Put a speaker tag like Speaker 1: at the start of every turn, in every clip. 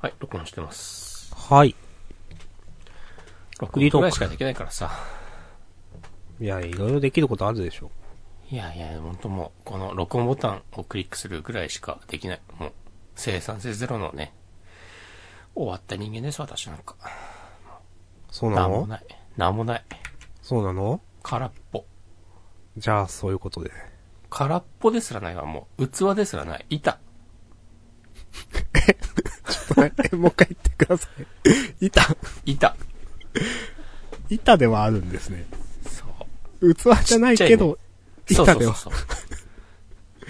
Speaker 1: はい、録音してます。
Speaker 2: はい。
Speaker 1: 録音ぐらいしかできないからさ。
Speaker 2: いや、いろいろできることあるでしょ。
Speaker 1: いやいや、ほんともう、この録音ボタンをクリックするぐらいしかできない。もう、生産性ゼロのね、終わった人間です、私なんか。
Speaker 2: そうな
Speaker 1: なんも
Speaker 2: の
Speaker 1: ない。なんもない。
Speaker 2: そうなの
Speaker 1: 空っぽ。
Speaker 2: じゃあ、そういう ことで。
Speaker 1: 空っぽですらないわ、もう。器ですらない。板。
Speaker 2: もう一回言ってください。 板、
Speaker 1: 板。
Speaker 2: 板ではあるんですね。
Speaker 1: そう。
Speaker 2: 器じゃないけど、
Speaker 1: そうそ
Speaker 2: 板
Speaker 1: う
Speaker 2: で
Speaker 1: そう
Speaker 2: は。
Speaker 1: そう。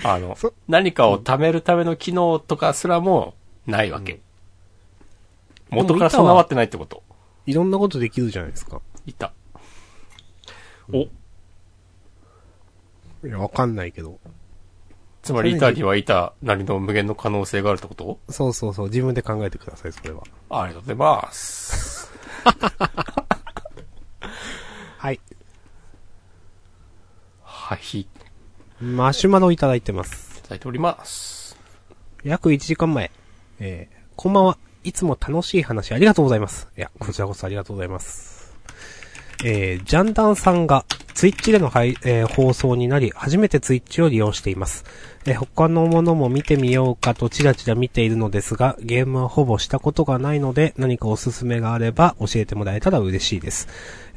Speaker 1: あの
Speaker 2: そ、
Speaker 1: 何かを貯めるための機能とかすらもないわけ。元から備わってないってこと。
Speaker 2: いろんなことできるじゃないですか。
Speaker 1: 板。お、
Speaker 2: いや、わかんないけど。
Speaker 1: つまり板には板なりの無限の可能性があるってこと
Speaker 2: そうそうそう、自分で考えてください、それは。
Speaker 1: ありがとうございます。
Speaker 2: はい。
Speaker 1: はい、い
Speaker 2: マシュマロいただいてます。
Speaker 1: ただいております。
Speaker 2: 約1時間前。えー、こんばんは。いつも楽しい話ありがとうございます。いや、こちらこそありがとうございます。えー、ジャンダンさんが、ツイッチでの配、えー放送になり、初めてツイッチを利用しています。えー他のものも見てみようかとチラチラ見ているのですが、ゲームはほぼしたことがないので、何かおすすめがあれば教えてもらえたら嬉しいです。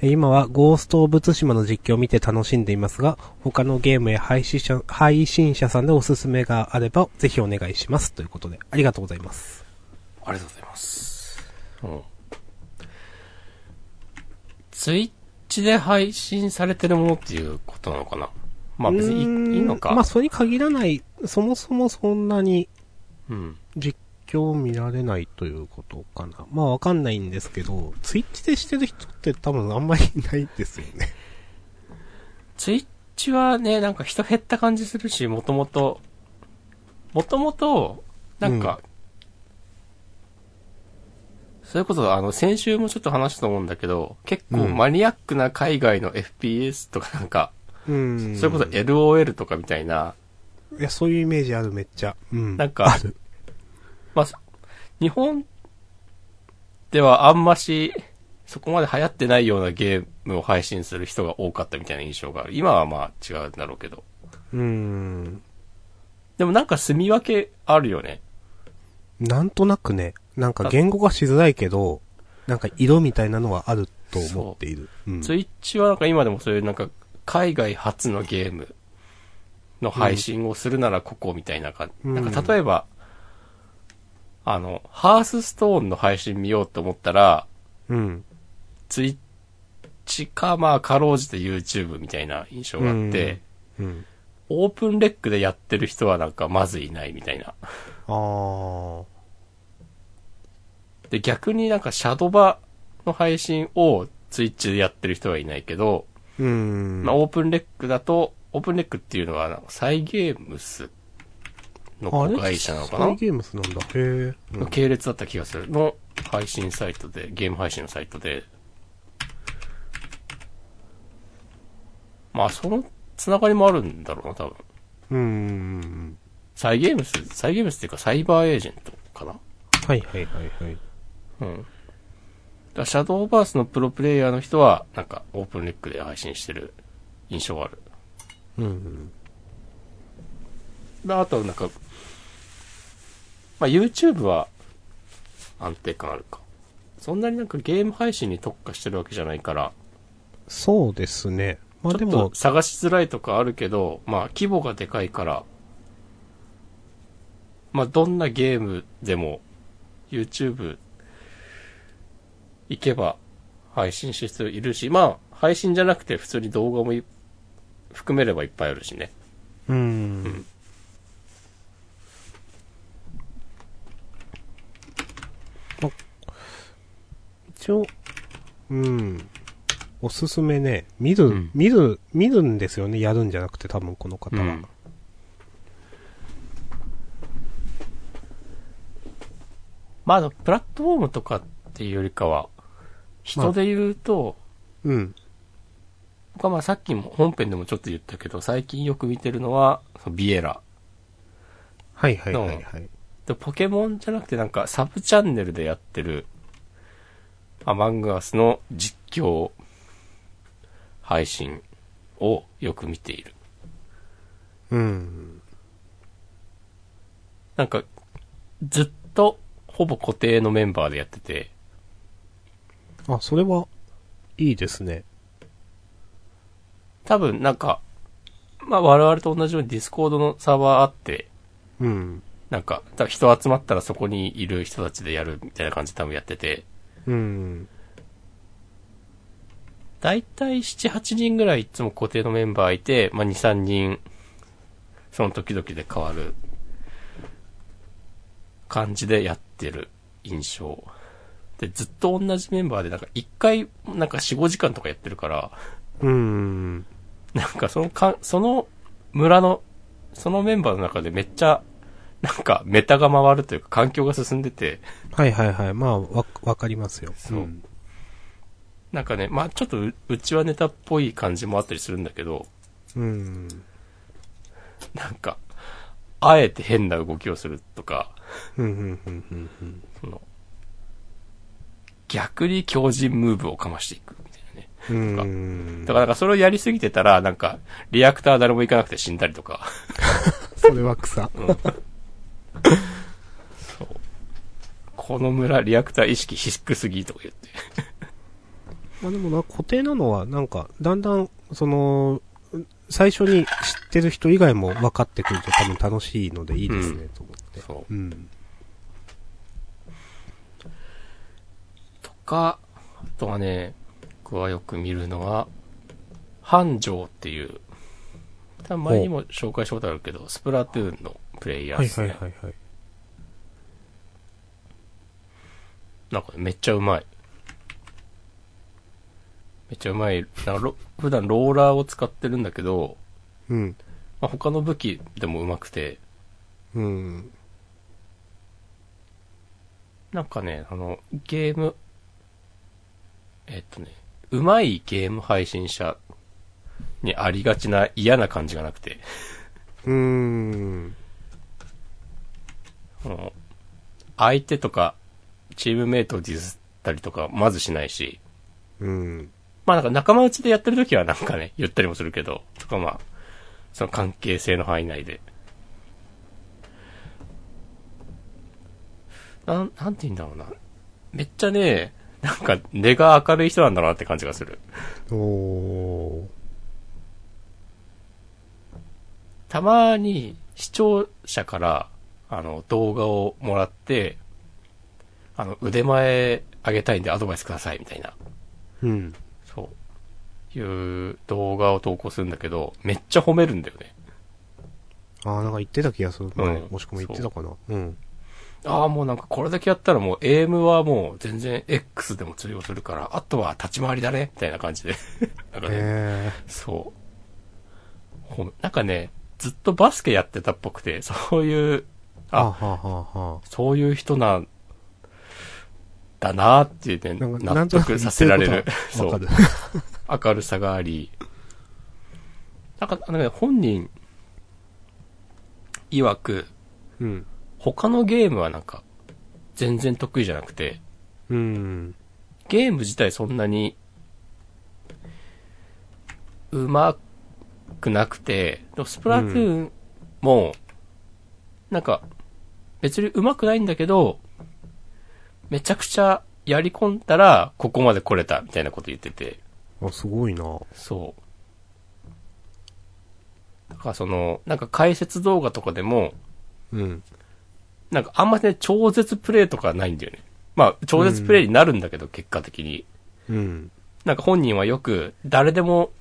Speaker 2: えー今はゴースト・オブ・ツシマの実況を見て楽しんでいますが、他のゲームや配信者、配信者さんでおすすめがあれば、ぜひお願いします。ということで、ありがとうございます。
Speaker 1: ありがとうございます。うん。ツイッチで配信されてるものっていうことなのかなまあ別にいいいいのか。
Speaker 2: まあ、それに限らない、そもそもそんなに
Speaker 1: うん。
Speaker 2: 実況見られないということかな。まあわかんないんですけど、ツイッチでしてる人って多分あんまりいないですよね。
Speaker 1: ツイッチはね、なんか人減った感じするし、もともと、もともと、なんか、それこそ、あの、先週もちょっと話したと思うんだけど、結構
Speaker 2: うん
Speaker 1: マニアックな海外の FPS とかなんか、
Speaker 2: うん
Speaker 1: それこそ LOL とかみたいな、
Speaker 2: いや、そういうイメージあるめっちゃ。うん。
Speaker 1: なんか
Speaker 2: ある。
Speaker 1: まあ、そ日本ではあんまし、そこまで流行ってないようなゲームを配信する人が多かったみたいな印象がある。今はまあ違うんだろうけど。
Speaker 2: うん。
Speaker 1: でもなんか住み分けあるよね。
Speaker 2: なんとなくね、なんか言語がしづらいけど、なんか色みたいなのはあると思っている。うん。
Speaker 1: ツイッチはなんか今でもそういうなんか海外初のゲームの配信をするならここみたいな感じ。
Speaker 2: うん
Speaker 1: なんか例えば、あの、ハースストーンの配信見ようと思ったら、
Speaker 2: うん。
Speaker 1: ツイッチかまあかろうじて YouTube みたいな印象があって、
Speaker 2: うん。
Speaker 1: オープンレックでやってる人はなんかまずいないみたいな。
Speaker 2: あー。
Speaker 1: で、逆になんかシャドバの配信をツイッチでやってる人はいないけど、
Speaker 2: うん。
Speaker 1: まあ、オープンレックだと、オープンレックっていうのは、なんかサイゲームスの
Speaker 2: あ
Speaker 1: 子
Speaker 2: れ
Speaker 1: 会社なのか
Speaker 2: サ
Speaker 1: な
Speaker 2: イゲームスなんだ。へえ。
Speaker 1: の系列だった気がする。の配信サイトで、ゲーム配信のサイトで。まあ、そのつながりもあるんだろうな、多分。
Speaker 2: うん。うん
Speaker 1: サイゲームス、サイゲームスっていうかサイバーエージェントかな
Speaker 2: はいはいはいはい。
Speaker 1: うん。だからシャドーバースのプロプレイヤーの人は、なんか、オープンレックで配信してる印象がある。
Speaker 2: うん。
Speaker 1: まあ、あとなんか、まあ、YouTube は安定感あるか。そんなになんかゲーム配信に特化してるわけじゃないから、
Speaker 2: そうですね。まあ
Speaker 1: ち
Speaker 2: で
Speaker 1: ょっ
Speaker 2: も
Speaker 1: と、探しづらいとかあるけど、まあ規模がでかいから、まあどんなゲームでも YouTube 行けば配信してる人いるし、まあ配信じゃなくて普通に動画もい含めればいっぱいあるしね。
Speaker 2: うん。あ一応、うん。おすすめね、見る、
Speaker 1: うん
Speaker 2: 見る、見るんですよね、やるんじゃなくて多分この方は。
Speaker 1: うんまああの、プラットフォームとかっていうよりかは、人で言うと、
Speaker 2: うん。
Speaker 1: 僕はまあさっきも本編でもちょっと言ったけど、最近よく見てるのは、そのビエラ
Speaker 2: はいはいはいはい。
Speaker 1: でポケモンじゃなくてなんかサブチャンネルでやってる、アマングアスの実況配信をよく見ている。
Speaker 2: うん。
Speaker 1: なんか、ずっとほぼ固定のメンバーでやってて、
Speaker 2: あ、それは、いいですね。
Speaker 1: 多分なんか、まあ我々と同じようにディスコードのサーバーあって、
Speaker 2: うん。
Speaker 1: なんか、多分人集まったらそこにいる人たちでやるみたいな感じで多分やってて、
Speaker 2: うん。
Speaker 1: だいたい7、8人ぐらいいつも固定のメンバーいて、まあ2、3人、その時々で変わる感じでやってる印象。で、ずっと同じメンバーで、なんか1回、なんか4、5時間とかやってるから、
Speaker 2: うん。
Speaker 1: なんかそのかん、その村の、そのメンバーの中でめっちゃ、なんかメタが回るというか環境が進んでて、
Speaker 2: はいはいはい。まあ、わ、わかりますよ。
Speaker 1: そうんなんかね、まあちょっとううちはネタっぽい感じもあったりするんだけど、
Speaker 2: うん。
Speaker 1: なんか、あえて変な動きをするとか、
Speaker 2: うん、うん、うん、うんうん。
Speaker 1: その、逆に強靭ムーブをかましていくみたいなね。
Speaker 2: うん。
Speaker 1: だからなんかそれをやりすぎてたら、なんか、リアクター誰も行かなくて死んだりとか。
Speaker 2: それは草。
Speaker 1: そう。この村、リアクター意識低すぎとか言って。
Speaker 2: まあでもな、固定なのは、なんか、だんだん、その、最初に知ってる人以外も分かってくると多分楽しいのでいいですね、
Speaker 1: うん
Speaker 2: と思って。。
Speaker 1: そう
Speaker 2: ん。
Speaker 1: とか、あとはね、僕はよく見るのは、繁盛っていう、多分前にも紹介したことあるけど、スプラトゥーンのプレイヤー
Speaker 2: はい
Speaker 1: です
Speaker 2: は
Speaker 1: ね。
Speaker 2: いはいはい。
Speaker 1: なんかねめっちゃうまい。めっちゃうまい。なんかロ普段ローラーを使ってるんだけど、
Speaker 2: うん。
Speaker 1: まあ、他の武器でもうまくて、
Speaker 2: うん。
Speaker 1: なんかね、あの、ゲーム、えっとね、うまいゲーム配信者にありがちな嫌な感じがなくて、
Speaker 2: うーん。
Speaker 1: あの相手とかチームメイトをディスったりとかまずしないし、
Speaker 2: うん。
Speaker 1: まあなんか仲間内でやってる時はなんかね、言ったりもするけど、とかまあ、その関係性の範囲内で。なん、なんて言うんだろうな。めっちゃね、なんか根が明るい人なんだなって感じがする。
Speaker 2: おー。
Speaker 1: たまに視聴者から、あの、動画をもらって、あの、腕前上げたいんでアドバイスくださいみたいな。
Speaker 2: うん。
Speaker 1: そう。いう動画を投稿するんだけど、めっちゃ褒めるんだよね。
Speaker 2: ああ、なんか言ってた気がする。前
Speaker 1: うん
Speaker 2: もしくも言ってたかな。うん。
Speaker 1: ああ、もうなんかこれだけやったらもうエイムはもう全然 X でも通用するから、あとは立ち回りだねみたいな感じで。 なんかね、
Speaker 2: へ
Speaker 1: そう。ほんなんかね、ずっとバスケやってたっぽくて、そういう、
Speaker 2: ー。はあ
Speaker 1: あ、
Speaker 2: はあはあは
Speaker 1: そういう人なんだなーっていうね、
Speaker 2: あ。なんか、な
Speaker 1: 納
Speaker 2: んとなく
Speaker 1: 得させられる
Speaker 2: 言って。こと
Speaker 1: そ
Speaker 2: はわ
Speaker 1: う
Speaker 2: かる。。
Speaker 1: 明るさがあり、なんか、なんかね、本人、曰く、
Speaker 2: うん。
Speaker 1: 他のゲームはなんか、全然得意じゃなくて、
Speaker 2: うん。
Speaker 1: ゲーム自体そんなに、うまくなくて、でもスプラトゥーンも、なんか、別にうまくないんだけど、めちゃくちゃやり込んだら、ここまで来れた、みたいなこと言ってて、
Speaker 2: あ、すごいな。
Speaker 1: そう。だからその、なんか解説動画とかでも、
Speaker 2: うん。
Speaker 1: なんかあんまね、超絶プレイとかないんだよね。まあ、超絶プレイになるんだけど、結果的に。
Speaker 2: うん。
Speaker 1: なんか本人はよく、誰でも、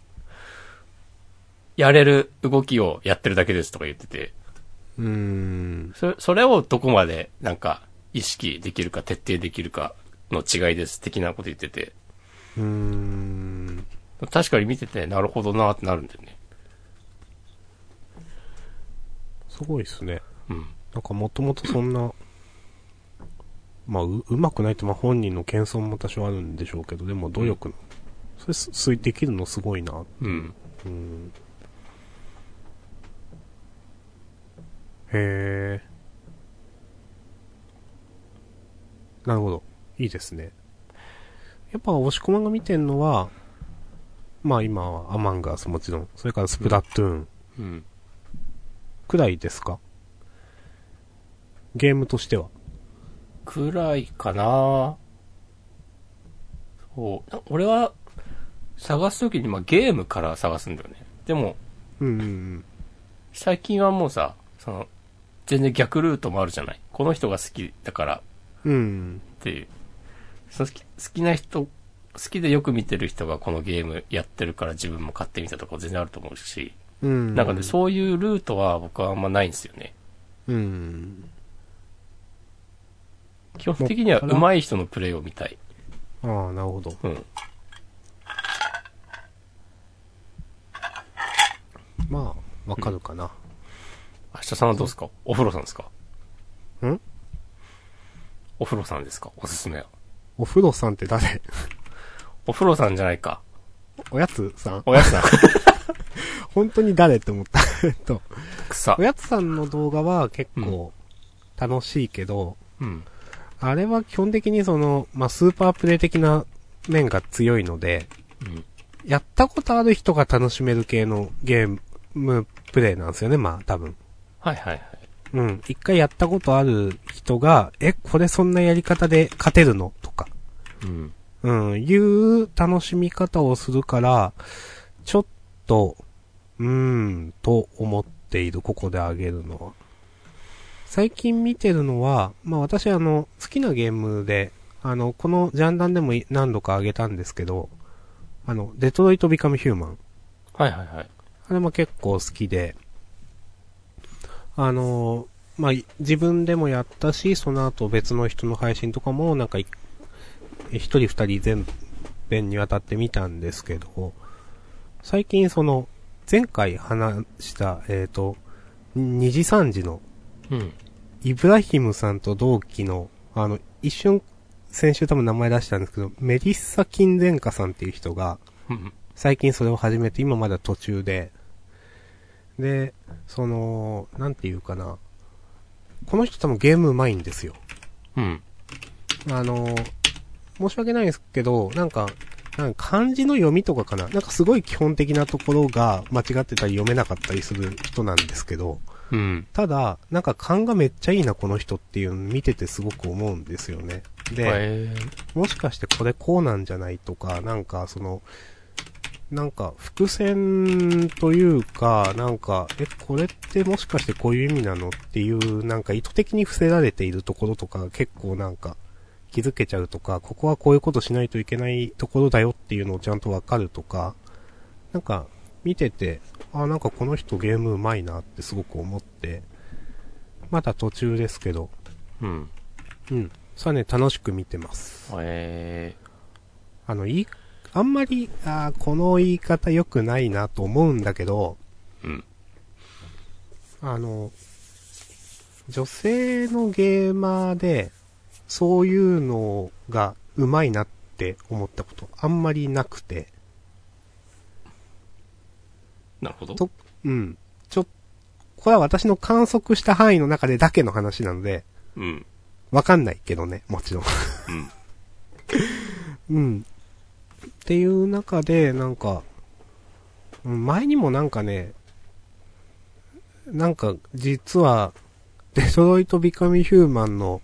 Speaker 1: やれる動きをやってるだけですとか言ってて、
Speaker 2: うーん。
Speaker 1: それそれをどこまで、なんか、意識できるか徹底できるかの違いです、的なこと言ってて。
Speaker 2: うーん。
Speaker 1: 確かに見てて、なるほどなってなるんだよね。
Speaker 2: すごいですね。
Speaker 1: うん。
Speaker 2: なんかもともとそんな、 まあ、う、うまくないと、まあ本人の謙遜も多少あるんでしょうけど、でも努力の、それす、すできるのすごいな。
Speaker 1: うん。
Speaker 2: うん。へえ。なるほど。いいですね。やっぱ、押し込まんが見てんのは、まあ今はアマンガスもちろん、それからスプラトゥーン
Speaker 1: うん。
Speaker 2: くらいですか、ゲームとしては。
Speaker 1: くらいかなそう。な俺は、探すときに、まあ、ゲームから探すんだよね。でも、
Speaker 2: うんうんうん。
Speaker 1: 最近はもうさ、その、全然逆ルートもあるじゃない。この人が好きだから
Speaker 2: うん。
Speaker 1: っていう。その好き好きな人、好きでよく見てる人がこのゲームやってるから自分も買ってみたとか全然あると思うし、
Speaker 2: うん。
Speaker 1: なんかね、そういうルートは僕はあんまないんですよね。
Speaker 2: う。うん。
Speaker 1: 基本的には上手い人のプレイを見たい。
Speaker 2: ああ、なるほど。
Speaker 1: うん。
Speaker 2: まあ、わかるかな。
Speaker 1: 明日さんはどうですかお風呂さんですか
Speaker 2: ん
Speaker 1: お風呂さんですかおすすめは。
Speaker 2: お風呂さんって誰
Speaker 1: お風呂さんじゃないか。
Speaker 2: おやつさん
Speaker 1: おやつさん。
Speaker 2: 本当に誰って思った。えっと、
Speaker 1: 草
Speaker 2: お。やつさんの動画は結構楽しいけど、
Speaker 1: うん。
Speaker 2: あれは基本的にその、まあ、スーパープレイ的な面が強いので、
Speaker 1: うん。
Speaker 2: やったことある人が楽しめる系のゲームプレイなんですよね、まあ、多分。
Speaker 1: はいはいはい。
Speaker 2: うん。一回やったことある人が、え、これそんなやり方で勝てるのとか、
Speaker 1: うん。
Speaker 2: うん、いう楽しみ方をするから、ちょっと、うーん、と思っている、ここであげるのは。最近見てるのは、まあ私あの、好きなゲームで、あの、このジャンダンでもい何度かあげたんですけど、あの、デトロイトビカムヒューマン。
Speaker 1: はいはいはい。
Speaker 2: あれも結構好きで、あのーまあ、い自分でもやったし、その後別の人の配信とかも、なんかい、一人二人全編にわたって見たんですけど、最近その、前回話した、えっ、と、二次三次の、
Speaker 1: うん。
Speaker 2: イブラヒムさんと同期の、あの、一瞬、先週多分名前出したんですけど、メリッサ・キンデンカさんっていう人が、
Speaker 1: うん。
Speaker 2: 最近それを始めて、今まだ途中で、で、その、なんていうかな。この人多分ゲーム上手いんですよ。
Speaker 1: うん。
Speaker 2: あの、申し訳ないですけど、なんか、なんか漢字の読みとかかな。なんかすごい基本的なところが間違ってたり読めなかったりする人なんですけど、
Speaker 1: うん。
Speaker 2: ただ、なんか勘がめっちゃいいな、この人っていうの見ててすごく思うんですよね。で、
Speaker 1: え
Speaker 2: もしかしてこれこうなんじゃないとか、なんかその、なんか伏線というか、なんか、え、これってもしかしてこういう意味なのっていう、なんか意図的に伏せられているところとか、結構なんか気づけちゃうとか、ここはこういうことしないといけないところだよっていうのをちゃんとわかるとか、なんか見てて、あ、なんかこの人ゲームうまいなってすごく思って、まだ途中ですけど、
Speaker 1: うん。
Speaker 2: うん。それはね、楽しく見てます。
Speaker 1: え
Speaker 2: あの、いい、あんまり、あーこの言い方良くないなと思うんだけど、
Speaker 1: うん。
Speaker 2: あの、女性のゲーマーで、そういうのが上手いなって思ったこと、あんまりなくて、
Speaker 1: なるほど。
Speaker 2: と、うん。ちょ、これは私の観測した範囲の中でだけの話なので、
Speaker 1: うん。
Speaker 2: わかんないけどね、もちろん。
Speaker 1: うん。
Speaker 2: うん。っていう中で、なんか、うん前にもなんかね、なんか、実は、デトロイト・ビカミ・ヒューマンの、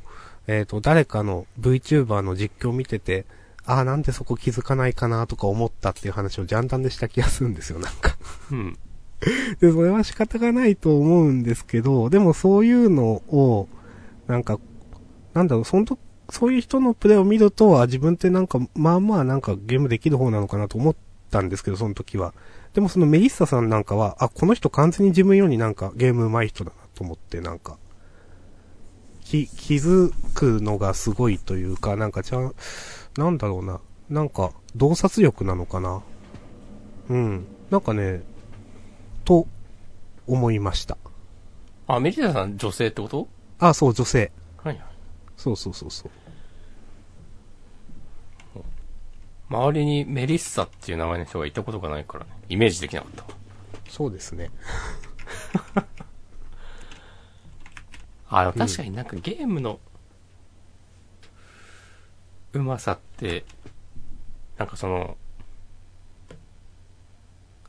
Speaker 2: えっ、と、誰かの VTuber の実況見てて、ああ、なんでそこ気づかないかなとか思ったっていう話をジャンダンでした気がするんですよ、なんか。
Speaker 1: うん。
Speaker 2: で、それは仕方がないと思うんですけど、でもそういうのを、なんか、なんだろう、そのと、そういう人のプレーを見ると、あ、自分ってなんか、まあまあなんかゲームできる方なのかなと思ったんですけど、その時は。でもそのメリッサさんなんかは、あ、この人完全に自分よりなんかゲーム上手い人だなと思って、なんか、き、気づくのがすごいというか、なんかちゃん、なんだろうな、なんか、洞察力なのかな。うん。なんかね、と思いました。
Speaker 1: あ、メリダさん女性ってこと
Speaker 2: あ、そう、女性。
Speaker 1: はいはい。
Speaker 2: そうそうそうそう。
Speaker 1: 周りにメリッサっていう名前の人がいたことがないからね。イメージできなかったわ。
Speaker 2: そうですね。
Speaker 1: あ、でも確かになんかゲームの、うまさって、なんかその、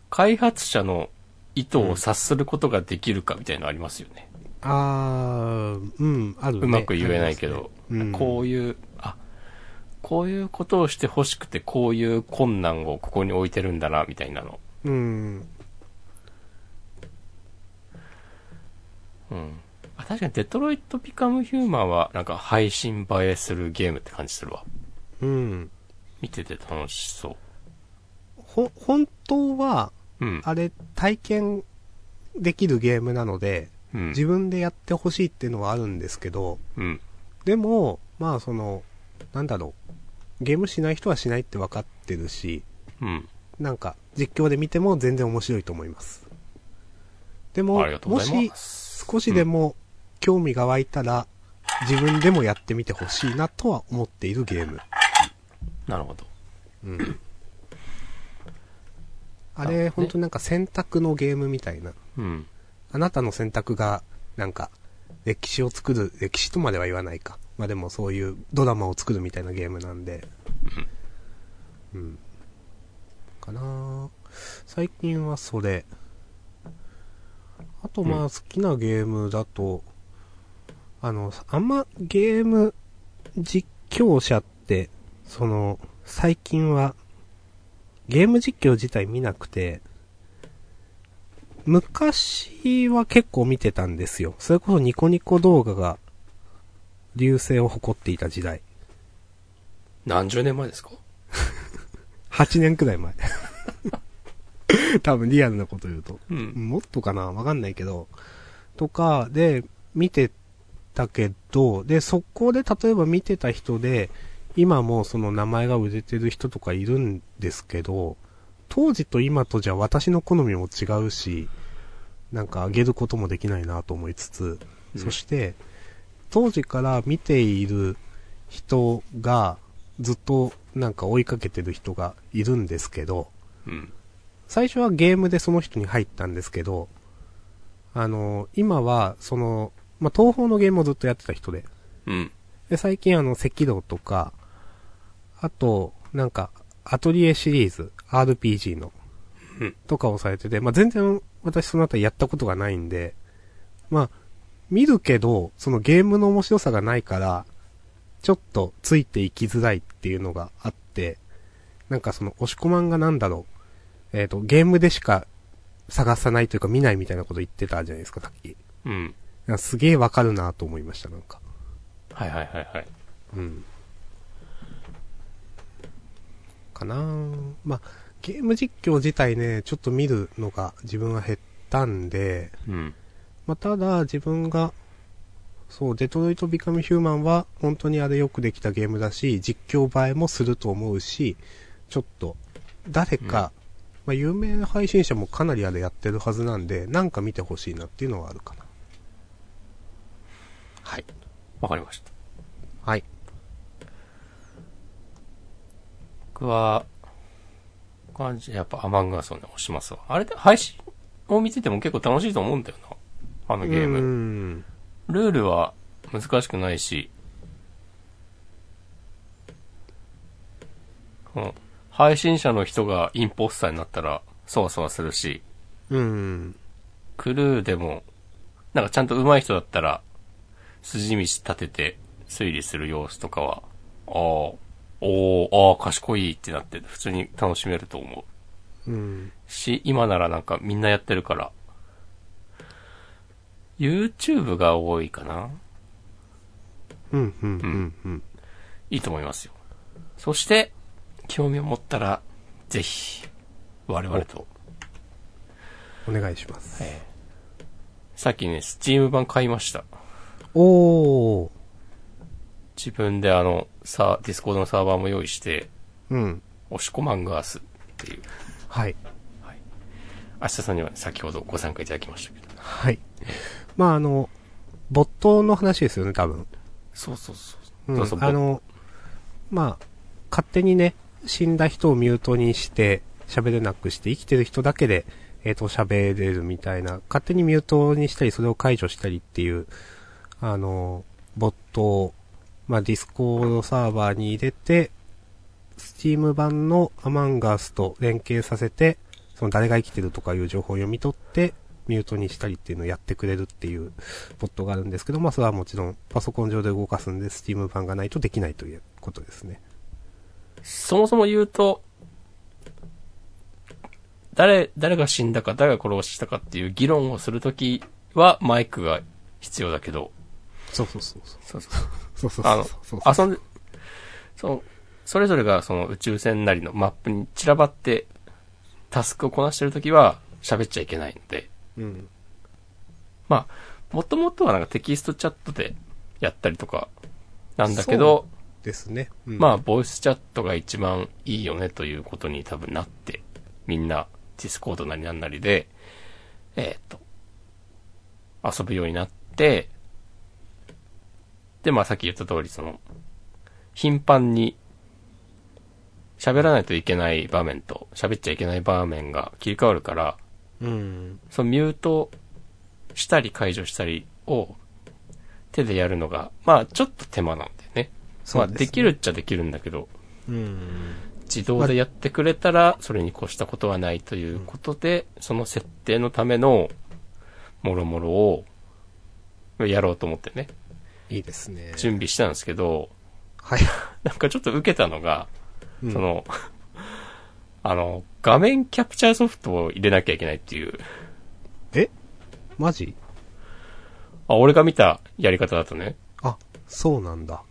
Speaker 1: 開発者の意図を察することができるかみたいなのありますよね。
Speaker 2: あー、うん、あるね。
Speaker 1: うまく言えないけど、
Speaker 2: ありますねうん
Speaker 1: こういう、あ、こういうことをして欲しくて、こういう困難をここに置いてるんだな、みたいなの。
Speaker 2: うん。
Speaker 1: うん。あ、確かにデトロイト・ピカム・ヒューマンは、なんか配信映えするゲームって感じするわ。
Speaker 2: うん。
Speaker 1: 見てて楽しそ
Speaker 2: ほ、本当は、
Speaker 1: う。うん。
Speaker 2: あれ、体験できるゲームなので、
Speaker 1: うん。
Speaker 2: 自分でやってほしいっていうのはあるんですけど、
Speaker 1: うん。
Speaker 2: でも、まあその、なんだろう。ゲームしない人はしないって分かってるし、
Speaker 1: うん。
Speaker 2: なんか、実況で見ても全然面白いと思います。でも
Speaker 1: ありが、とうご
Speaker 2: も
Speaker 1: ざい
Speaker 2: し
Speaker 1: ま、す。
Speaker 2: 少しでも興味が湧いたら、自分でもやってみてほしいなとは思っているゲーム。
Speaker 1: なるほど。
Speaker 2: うん。あ
Speaker 1: あ
Speaker 2: れ、
Speaker 1: ね
Speaker 2: 本当になんか選択のゲームみたいな。
Speaker 1: うん。
Speaker 2: あなたの選択が、なんか、歴史を作る、歴史とまでは言わないか。まあでもそういうドラマを作るみたいなゲームなんで。うん。かなぁ最近はそれ。あとま
Speaker 1: う
Speaker 2: あ好きなゲームだと、あの、あんまゲーム実況者って、その、最近は、ゲーム実況自体見なくて、昔は結構見てたんですよ。それこそニコニコ動画が、流星を誇っていた時代。
Speaker 1: 何十年前ですか
Speaker 2: 8年くらい前。 多分リアルなこと言うと。
Speaker 1: うん。
Speaker 2: もっとかなわかんないけど。とか、で、見てたけど、で、そこで例えば見てた人で、今もその名前が売れてる人とかいるんですけど、当時と今とじゃ私の好みも違うし、なんかあげることもできないなと思いつつ、
Speaker 1: うん
Speaker 2: そして、当時から見ている人が、ずっとなんか追いかけてる人がいるんですけど、
Speaker 1: うん。
Speaker 2: 最初はゲームでその人に入ったんですけど、あの、今は、その、まあ、東方のゲームをずっとやってた人で、
Speaker 1: うん。
Speaker 2: で、最近あの、赤道とか、あと、なんか、アトリエシリーズ、RPG の
Speaker 1: うん、
Speaker 2: とかをされてて、まあ、全然私そのあたりやったことがないんで、まあ、見るけど、そのゲームの面白さがないから、ちょっとついていきづらいっていうのがあって、なんかその、押し込まんがなんだろう、えっ、と、ゲームでしか探さないというか見ないみたいなこと言ってたじゃないですか、さっき。
Speaker 1: うん。
Speaker 2: なんかすげえわかるなと思いました、なんか。
Speaker 1: はいはいはいはい。
Speaker 2: うん。かなぁまあ、ゲーム実況自体ね、ちょっと見るのが自分は減ったんで、
Speaker 1: うん。
Speaker 2: まあ、ただ自分が、そう、デトロイト・ビカム・ヒューマンは本当にあれよくできたゲームだし、実況映えもすると思うし、ちょっと、誰か、まあ、有名な配信者もかなりあれやってるはずなんで、なんか見てほしいなっていうのはあるかな。はい。
Speaker 1: わかりました。
Speaker 2: はい。
Speaker 1: 僕は、感じ、やっぱアマンガスをね、押しますわ。あれで配信を見てても結構楽しいと思うんだよな。あのゲー
Speaker 2: うー
Speaker 1: ム。
Speaker 2: ん。
Speaker 1: ルールは難しくないし、うん。配信者の人がインポスターになったら、そわそわするし、
Speaker 2: うん。
Speaker 1: クルーでも、なんかちゃんと上手い人だったら、筋道立てて推理する様子とかは、ああ、おおああ、賢いってなって、普通に楽しめると思
Speaker 2: うん。
Speaker 1: う。し、今ならなんかみんなやってるから、YouTube が多いかな。
Speaker 2: うん、うん、うん、うん。
Speaker 1: いいと思いますよ。そして、興味を持ったら、ぜひ、我々と、
Speaker 2: お願いします。
Speaker 1: えーさっきね、スチーム版買いました。
Speaker 2: おー。
Speaker 1: 自分であの、さ、ディスコードのサーバーも用意して、
Speaker 2: うん。
Speaker 1: 押し込まんがーすっていう、
Speaker 2: はい。
Speaker 1: 明日さんにはね先ほどご参加いただきましたけど。
Speaker 2: はい。まあ、あの、没頭の話ですよね、多分。
Speaker 1: そうそうそう。
Speaker 2: うん。
Speaker 1: そうそう、
Speaker 2: あの、まあ、勝手にね、死んだ人をミュートにして、喋れなくして、生きてる人だけで、えっ、と、喋れるみたいな、勝手にミュートにしたり、それを解除したりっていう、あの、ボットまあ、ディスコードサーバーに入れて、Steam 版のアマンガースと連携させて、その誰が生きてるとかいう情報を読み取って、ミュートにしたりっていうのをやってくれるっていうボットがあるんですけど、まあそれはもちろんパソコン上で動かすんで、Steam 版がないとできないということですね。
Speaker 1: そもそも言うと、誰、誰が死んだか、誰が殺したかっていう議論をするときはマイクが必要だけど、
Speaker 2: そうそうそうそう。
Speaker 1: そうそう
Speaker 2: そうそう
Speaker 1: あの
Speaker 2: そうそう。
Speaker 1: 遊んで、その、それぞれがその宇宙船なりのマップに散らばって、タスクをこなしてるときは喋っちゃいけないので、
Speaker 2: うん。
Speaker 1: まあ、もともとはなんかテキストチャットでやったりとかなんだけど、
Speaker 2: ですね。うん、
Speaker 1: まあ、ボイスチャットが一番いいよねということに多分なって、みんな、ディスコードなりなんなりで、えーっと、遊ぶようになって、で、まあ、さっき言った通り、その、頻繁に、喋らないといけない場面と、喋っちゃいけない場面が切り替わるから、
Speaker 2: うん。
Speaker 1: そのミュートしたり解除したりを手でやるのが、まあ、ちょっと手間なんだよね。まあ、
Speaker 2: すね
Speaker 1: できるっちゃできるんだけど、
Speaker 2: うん。
Speaker 1: 自動でやってくれたら、それに越したことはないということで、その設定のための、もろもろを、やろうと思ってね、
Speaker 2: いいですね。
Speaker 1: 準備したんですけど、
Speaker 2: はい。
Speaker 1: なんかちょっと受けたのが、
Speaker 2: うん
Speaker 1: そ、の、あの、画面キャプチャーソフトを入れなきゃいけないっていう、
Speaker 2: えマジ
Speaker 1: あ、俺が見たやり方だとね、
Speaker 2: あ、そうなんだ。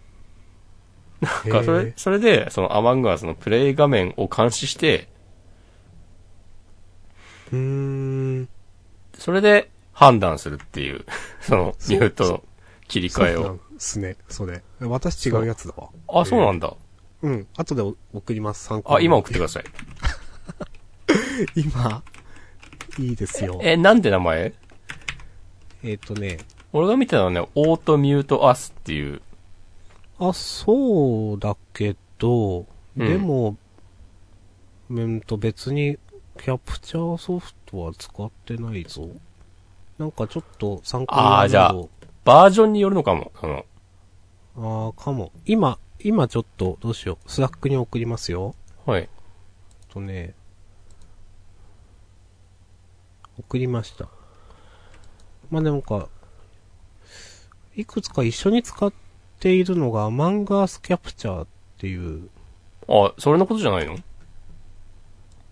Speaker 1: なんかそ
Speaker 2: へ
Speaker 1: れ
Speaker 2: え、
Speaker 1: それで、そのアマンガースのプレイ画面を監視して、
Speaker 2: うーん。
Speaker 1: それで判断するっていう、 そのミュートの切り替え
Speaker 2: そうな
Speaker 1: を
Speaker 2: ん。すね、それ。私違うやつだわ。
Speaker 1: あ、そうなんだ。
Speaker 2: うん。後でお送ります、参考
Speaker 1: あ、
Speaker 2: に
Speaker 1: 今送ってください。
Speaker 2: 今、いいですよ。えっ、
Speaker 1: え、なんで名前
Speaker 2: とね、
Speaker 1: 俺が見たのはね、オートミュートアスっていう。
Speaker 2: あ、そうだけど、
Speaker 1: うん
Speaker 2: でも、うんと別に、キャプチャーソフトは使ってないぞ。なんかちょっと参考に
Speaker 1: あ
Speaker 2: な
Speaker 1: ー
Speaker 2: る
Speaker 1: じゃあ
Speaker 2: ぞ
Speaker 1: バージョンによるのかも。その、
Speaker 2: あーかも。今、今ちょっと、どうしよう。スラックに送りますよ。
Speaker 1: はい。
Speaker 2: えっとね、送りました。まあ、なんか、いくつか一緒に使っているのが、マンガースキャプチャーっていう、
Speaker 1: あ、それのことじゃないの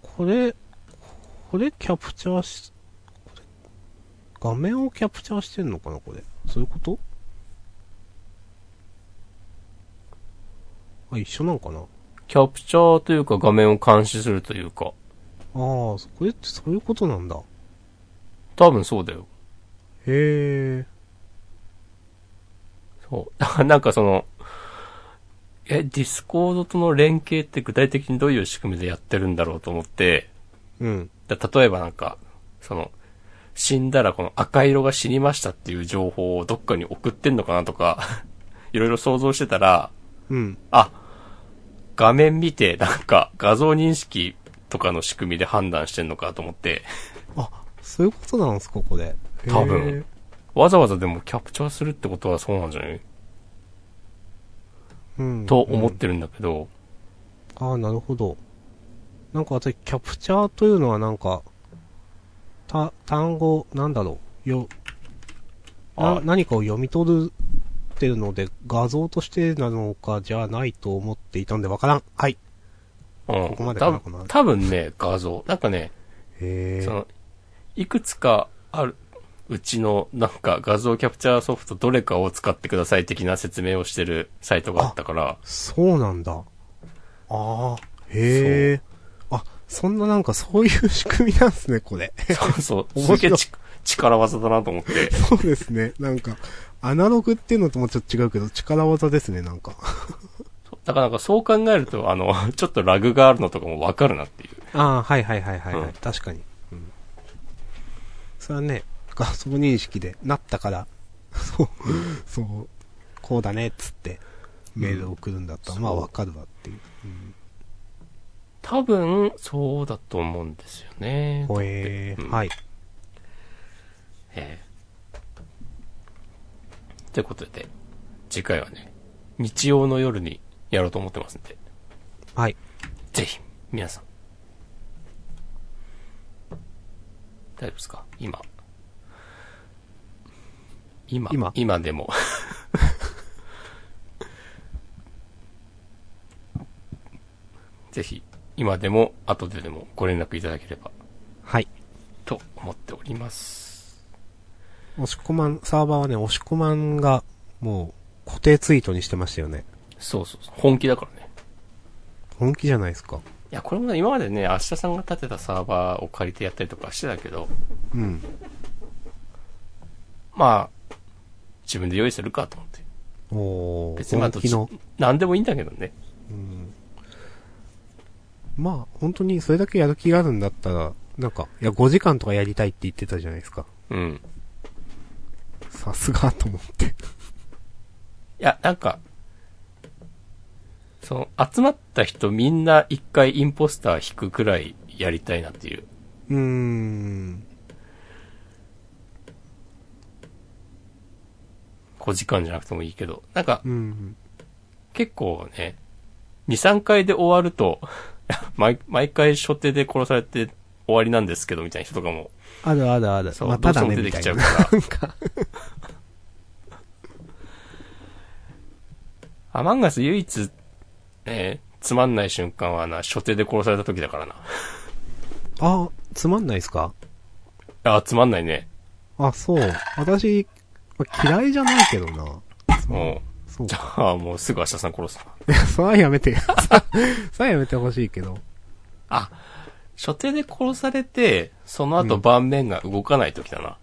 Speaker 2: これ、これキャプチャーし、これ、画面をキャプチャーしてんのかな、これ。そういうことあ、一緒なんかなあ
Speaker 1: キャプチャーというか画面を監視するというか。
Speaker 2: あ、これってそういうことなんだ。
Speaker 1: 多分そうだよ。
Speaker 2: へえ。
Speaker 1: そう。だ からなんかその、え、ディスコードとの連携って具体的にどういう仕組みでやってるんだろうと思って、
Speaker 2: うん。
Speaker 1: だ例えばなんか、その、死んだらこの赤色が死にましたっていう情報をどっかに送ってんのかなとか、 いろいろ想像してたら、
Speaker 2: うん。
Speaker 1: あ、画面見て、なんか画像認識とかの仕組みで判断してんのかと思って、
Speaker 2: あ、そういうことなんですか、これ。
Speaker 1: 多分
Speaker 2: へー。
Speaker 1: わざわざでもキャプチャーするってことはそうなんじゃない
Speaker 2: うん。
Speaker 1: と思っ
Speaker 2: うん
Speaker 1: てるんだけど、
Speaker 2: ああ、なるほど。なんか私、キャプチャーというのはなんか、た、単語、なんだろう、よ、な
Speaker 1: あ
Speaker 2: 何かを読み取るってるので、画像としてなのかじゃないと思っていたんでわからん。はい。
Speaker 1: うん。
Speaker 2: ここまでか
Speaker 1: 多
Speaker 2: なこの
Speaker 1: 分
Speaker 2: 話
Speaker 1: 多分ね、画像。なんかね、
Speaker 2: へえ。
Speaker 1: その、いくつかある、うちの、なんか画像キャプチャーソフトどれかを使ってください的な説明をしてるサイトがあったから、
Speaker 2: そうなんだ。ああ、へえ。あ、そんななんかそういう仕組みなんですね、こ れ。
Speaker 1: そうそう、
Speaker 2: 面白
Speaker 1: すげ
Speaker 2: い
Speaker 1: えち力技だなと思って、
Speaker 2: そうですね。なんか、アナログっていうのともちょっと違うけど、力技ですね、なんか。
Speaker 1: だからなんかそう考えると、あの、ちょっとラグがあるのとかもわかるなっていう。
Speaker 2: ああ、はいはいはいはい、はい
Speaker 1: うん
Speaker 2: 確かに。うん。それはね、画像認識でなったから、 そう、そう、こうだね、っつって、メールを送るんだったら、
Speaker 1: うん
Speaker 2: まあ
Speaker 1: そう
Speaker 2: わかるわっていう。
Speaker 1: 多分、そうだと思うんですよね。
Speaker 2: ほえー、
Speaker 1: うん
Speaker 2: はい。
Speaker 1: ええということで、次回はね、日曜の夜にやろうと思ってますんで、
Speaker 2: はい。
Speaker 1: ぜひ、皆さん。大丈夫ですか今。今、
Speaker 2: 今
Speaker 1: 今でも。 ぜひ、今でも、後ででもご連絡いただければ
Speaker 2: はい。
Speaker 1: と思っております。
Speaker 2: 押し込まん、サーバーはね、押し込まんが、もう、固定ツイートにしてましたよね。
Speaker 1: そうそうそう。本気だからね。
Speaker 2: 本気じゃないですか。
Speaker 1: いや、これもね、今までね、明日さんが立てたサーバーを借りてやったりとかしてたけど、
Speaker 2: うん。
Speaker 1: まあ、自分で用意するかと思って。
Speaker 2: おー
Speaker 1: 別にまあ、
Speaker 2: 本気の
Speaker 1: どっち。何でもいいんだけどね。
Speaker 2: うん。まあ、本当にそれだけやる気があるんだったら、なんか、いや、5時間とかやりたいって言ってたじゃないですか。
Speaker 1: うん。
Speaker 2: さすがと思って。
Speaker 1: いや、なんか、その、集まった人みんな一回インポスター引くくらいやりたいなっていう。
Speaker 2: うーん。
Speaker 1: 5時間じゃなくてもいいけど。なんか
Speaker 2: う、ん。
Speaker 1: 結構ね、2、3回で終わると、 毎毎回初手で殺されて終わりなんですけど、みたいな人とかも、
Speaker 2: あるあるある。
Speaker 1: そう、
Speaker 2: まあ、
Speaker 1: ど
Speaker 2: た
Speaker 1: うして
Speaker 2: だ
Speaker 1: も出
Speaker 2: ね、
Speaker 1: て
Speaker 2: みた
Speaker 1: き
Speaker 2: い
Speaker 1: ちゃ
Speaker 2: な
Speaker 1: う。から。
Speaker 2: なんか、
Speaker 1: アマンガス唯一、ね、つまんない瞬間はな、初手で殺された時だからな。
Speaker 2: あ、つまんないですか
Speaker 1: あ、つまんないね。
Speaker 2: あ、そう。私、まあ嫌いじゃないけどな。
Speaker 1: も
Speaker 2: そう
Speaker 1: う、じ。ゃあもうすぐ明日さん殺すな。
Speaker 2: それはやめて。 それはやめてほしいけど。
Speaker 1: あ、初手で殺されて、その後
Speaker 2: うん
Speaker 1: 盤面が動かない時だな。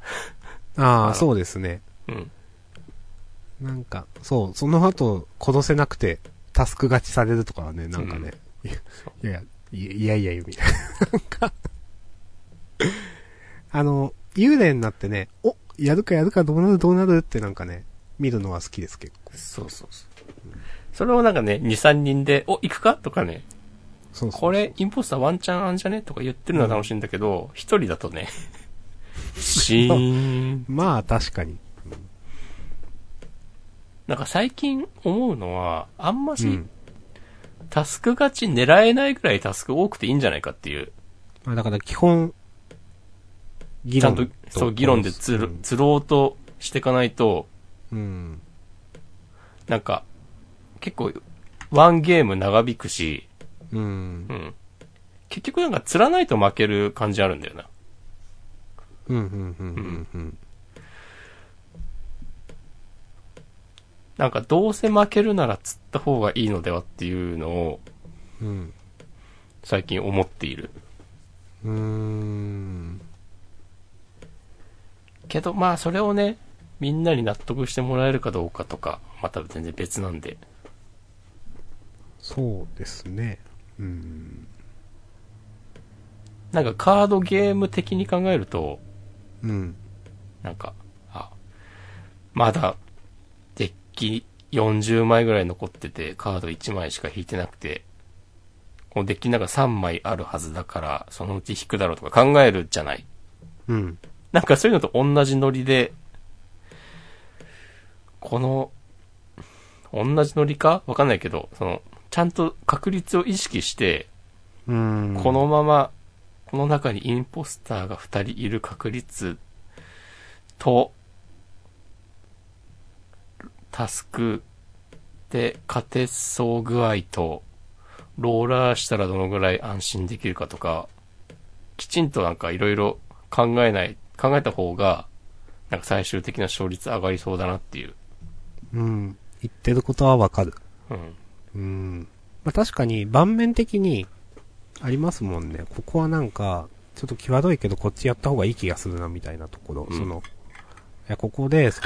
Speaker 2: あ
Speaker 1: あ
Speaker 2: あ、そうですね。
Speaker 1: うん。
Speaker 2: なんか、そう、その後、殺せなくて、タスク勝ちされるとかはね、なんかね。いやいや、いやいやいやいや、みたいな。なんか、 あの、幽霊になってね、お、やるかやるかどうなるどうなるってなんかね、見るのは好きですけど。
Speaker 1: そうそうそう。それをなんかね、2、3人で、お、行くかとかね、
Speaker 2: そうそう。
Speaker 1: これ、インポスターワンチャンあんじゃねとか言ってるのは楽しいんだけど、一、人だとね、シーン。
Speaker 2: まあ、確かに。
Speaker 1: なんか最近思うのは、あんまし、
Speaker 2: うん。
Speaker 1: タスク勝ち狙えないくらいタスク多くていいんじゃないかっていう。
Speaker 2: まあ、だから基本、議
Speaker 1: ちゃん
Speaker 2: 論
Speaker 1: と、そう、議論でつる、つろうとしていかないと、
Speaker 2: うん。
Speaker 1: なんか、結構、ワンゲーム長引くし、
Speaker 2: う
Speaker 1: う。
Speaker 2: ん
Speaker 1: ん。結局なんか釣らないと負ける感じあるんだよな。
Speaker 2: うん、うん、うん、うん、うん。
Speaker 1: なんかどうせ負けるなら釣った方がいいのではっていうのを
Speaker 2: うん。
Speaker 1: 最近思っている。
Speaker 2: うーん。
Speaker 1: けどまあそれをね、みんなに納得してもらえるかどうかとか、また全然別なんで。
Speaker 2: そうですね。うん。
Speaker 1: なんかカードゲーム的に考えると、
Speaker 2: うん。
Speaker 1: なんか、あ、まだ、デッキ40枚ぐらい残ってて、カード1枚しか引いてなくて、このデッキの中3枚あるはずだから、そのうち引くだろうとか考えるじゃない。
Speaker 2: うん。
Speaker 1: なんかそういうのと同じノリで、この、同じノリかわかんないけど、その、ちゃんと確率を意識して、
Speaker 2: うん。
Speaker 1: この、まま、この中にインポスターが2人いる確率と、タスクで勝てそう具合と、ローラーしたらどのぐらい安心できるかとか、きちんとなんかいろいろ考えない、考えた方が、なんか最終的な勝率上がりそうだなっていう。
Speaker 2: うん。言ってることはわかる。
Speaker 1: うん。
Speaker 2: うん。まあ、確かに、盤面的に、ありますもんね。ここはなんか、ちょっと際どいけど、こっちやった方がいい気がするな、みたいなところ。
Speaker 1: うん
Speaker 2: その、いや、ここで、そ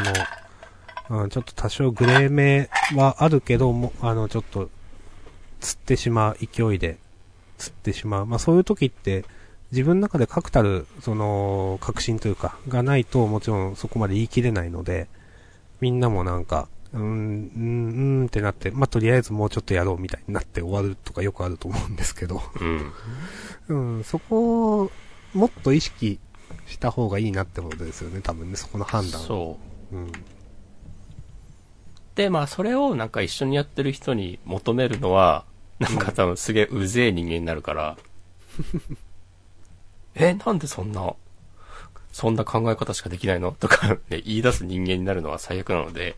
Speaker 2: の、うん、ちょっと多少グレーめはあるけども、あの、ちょっと、釣ってしまう、勢いで、釣ってしまう。まあ、そういう時って、自分の中で確たる、その、確信というか、がないと、もちろんそこまで言い切れないので、みんなもなんか、うーん、うーん、うーんってなって、まあ、とりあえずもうちょっとやろうみたいになって終わるとかよくあると思うんですけど、
Speaker 1: うん。
Speaker 2: うん、そこを、もっと意識した方がいいなってことですよね、多分ね、そこの判断。
Speaker 1: そう。
Speaker 2: う。うん。
Speaker 1: って、まあそれをなんか一緒にやってる人に求めるのは、なんか多分すげえうぜえ人間になるから。え、なんでそんな、そんな考え方しかできないのとか、ね、言い出す人間になるのは最悪なので、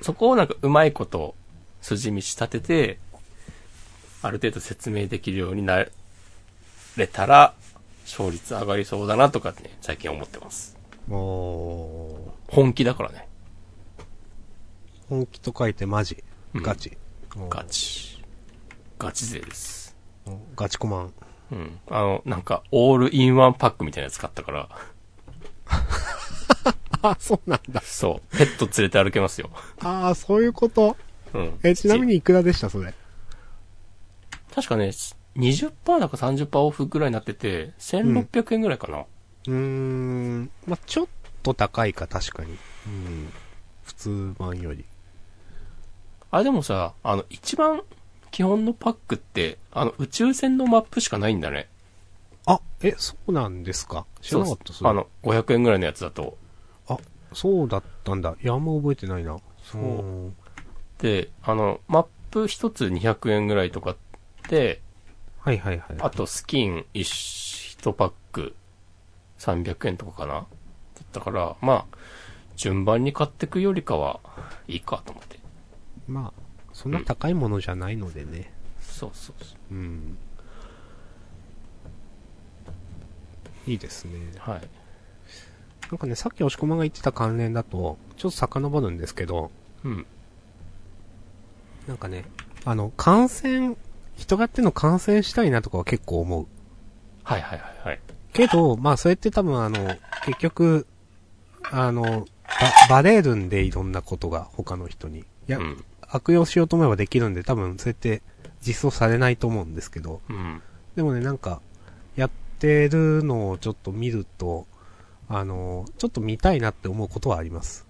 Speaker 1: そこをなんかうまいこと筋道立てて、ある程度説明できるようになれたら、勝率上がりそうだなとかね、最近思ってます。
Speaker 2: おー。
Speaker 1: 本気だからね。
Speaker 2: 本気と書いてマジ。
Speaker 1: うん
Speaker 2: ガチ。おー
Speaker 1: ガ。チ。ガチ勢です。
Speaker 2: おーガチコマン。
Speaker 1: うん。あの、なんか、オールインワンパックみたいなやつ買ったから、
Speaker 2: あ、そうなんだ。
Speaker 1: そう、ペット連れて歩けますよ。
Speaker 2: ああ、そういうこと。
Speaker 1: うん。
Speaker 2: え、ちなみにいくらでした、それ。
Speaker 1: 確かね、20%だか30%オフぐらいになってて、1600円ぐらいかな。
Speaker 2: うーん。まあ、ちょっと高いか、確かに。うん。普通版より。
Speaker 1: あれでもさ、あの、一番基本のパックって、あの、宇宙船のマップしかないんだね。
Speaker 2: あ、え、そうなんですか知らなかった、そ
Speaker 1: そう
Speaker 2: れ。
Speaker 1: あの、500円ぐらいのやつだと。
Speaker 2: あ、そうだったんだ。いや、あんま覚えてないな。
Speaker 1: そう
Speaker 2: うん。
Speaker 1: で、あの、マップ一つ200円ぐらいとかで、
Speaker 2: はいはいはい。
Speaker 1: あと、スキン一一パック300円とかかなだったから、まあ、順番に買ってくよりかは、いいかと思って。
Speaker 2: まあ、そんな高いものじゃないのでね。
Speaker 1: そうそうそう。
Speaker 2: うん。いいですね。
Speaker 1: はい。
Speaker 2: なんかね、さっき押し込まが言ってた関連だと、ちょっと遡るんですけど、
Speaker 1: うん。
Speaker 2: なんかね、あの、感染、人がやってんの感染したいなとかは結構思う。
Speaker 1: はいはいはいはい。
Speaker 2: けど、まあ、それって多分あの、結局、あの、ば、バレるんでいろんなことが他の人に。いや、
Speaker 1: うん。
Speaker 2: 悪用しようと思えばできるんで、多分そうやって実装されないと思うんですけど、
Speaker 1: うん。
Speaker 2: でもね、なんか、やってるのをちょっと見ると、あの、ちょっと見たいなって思うことはあります。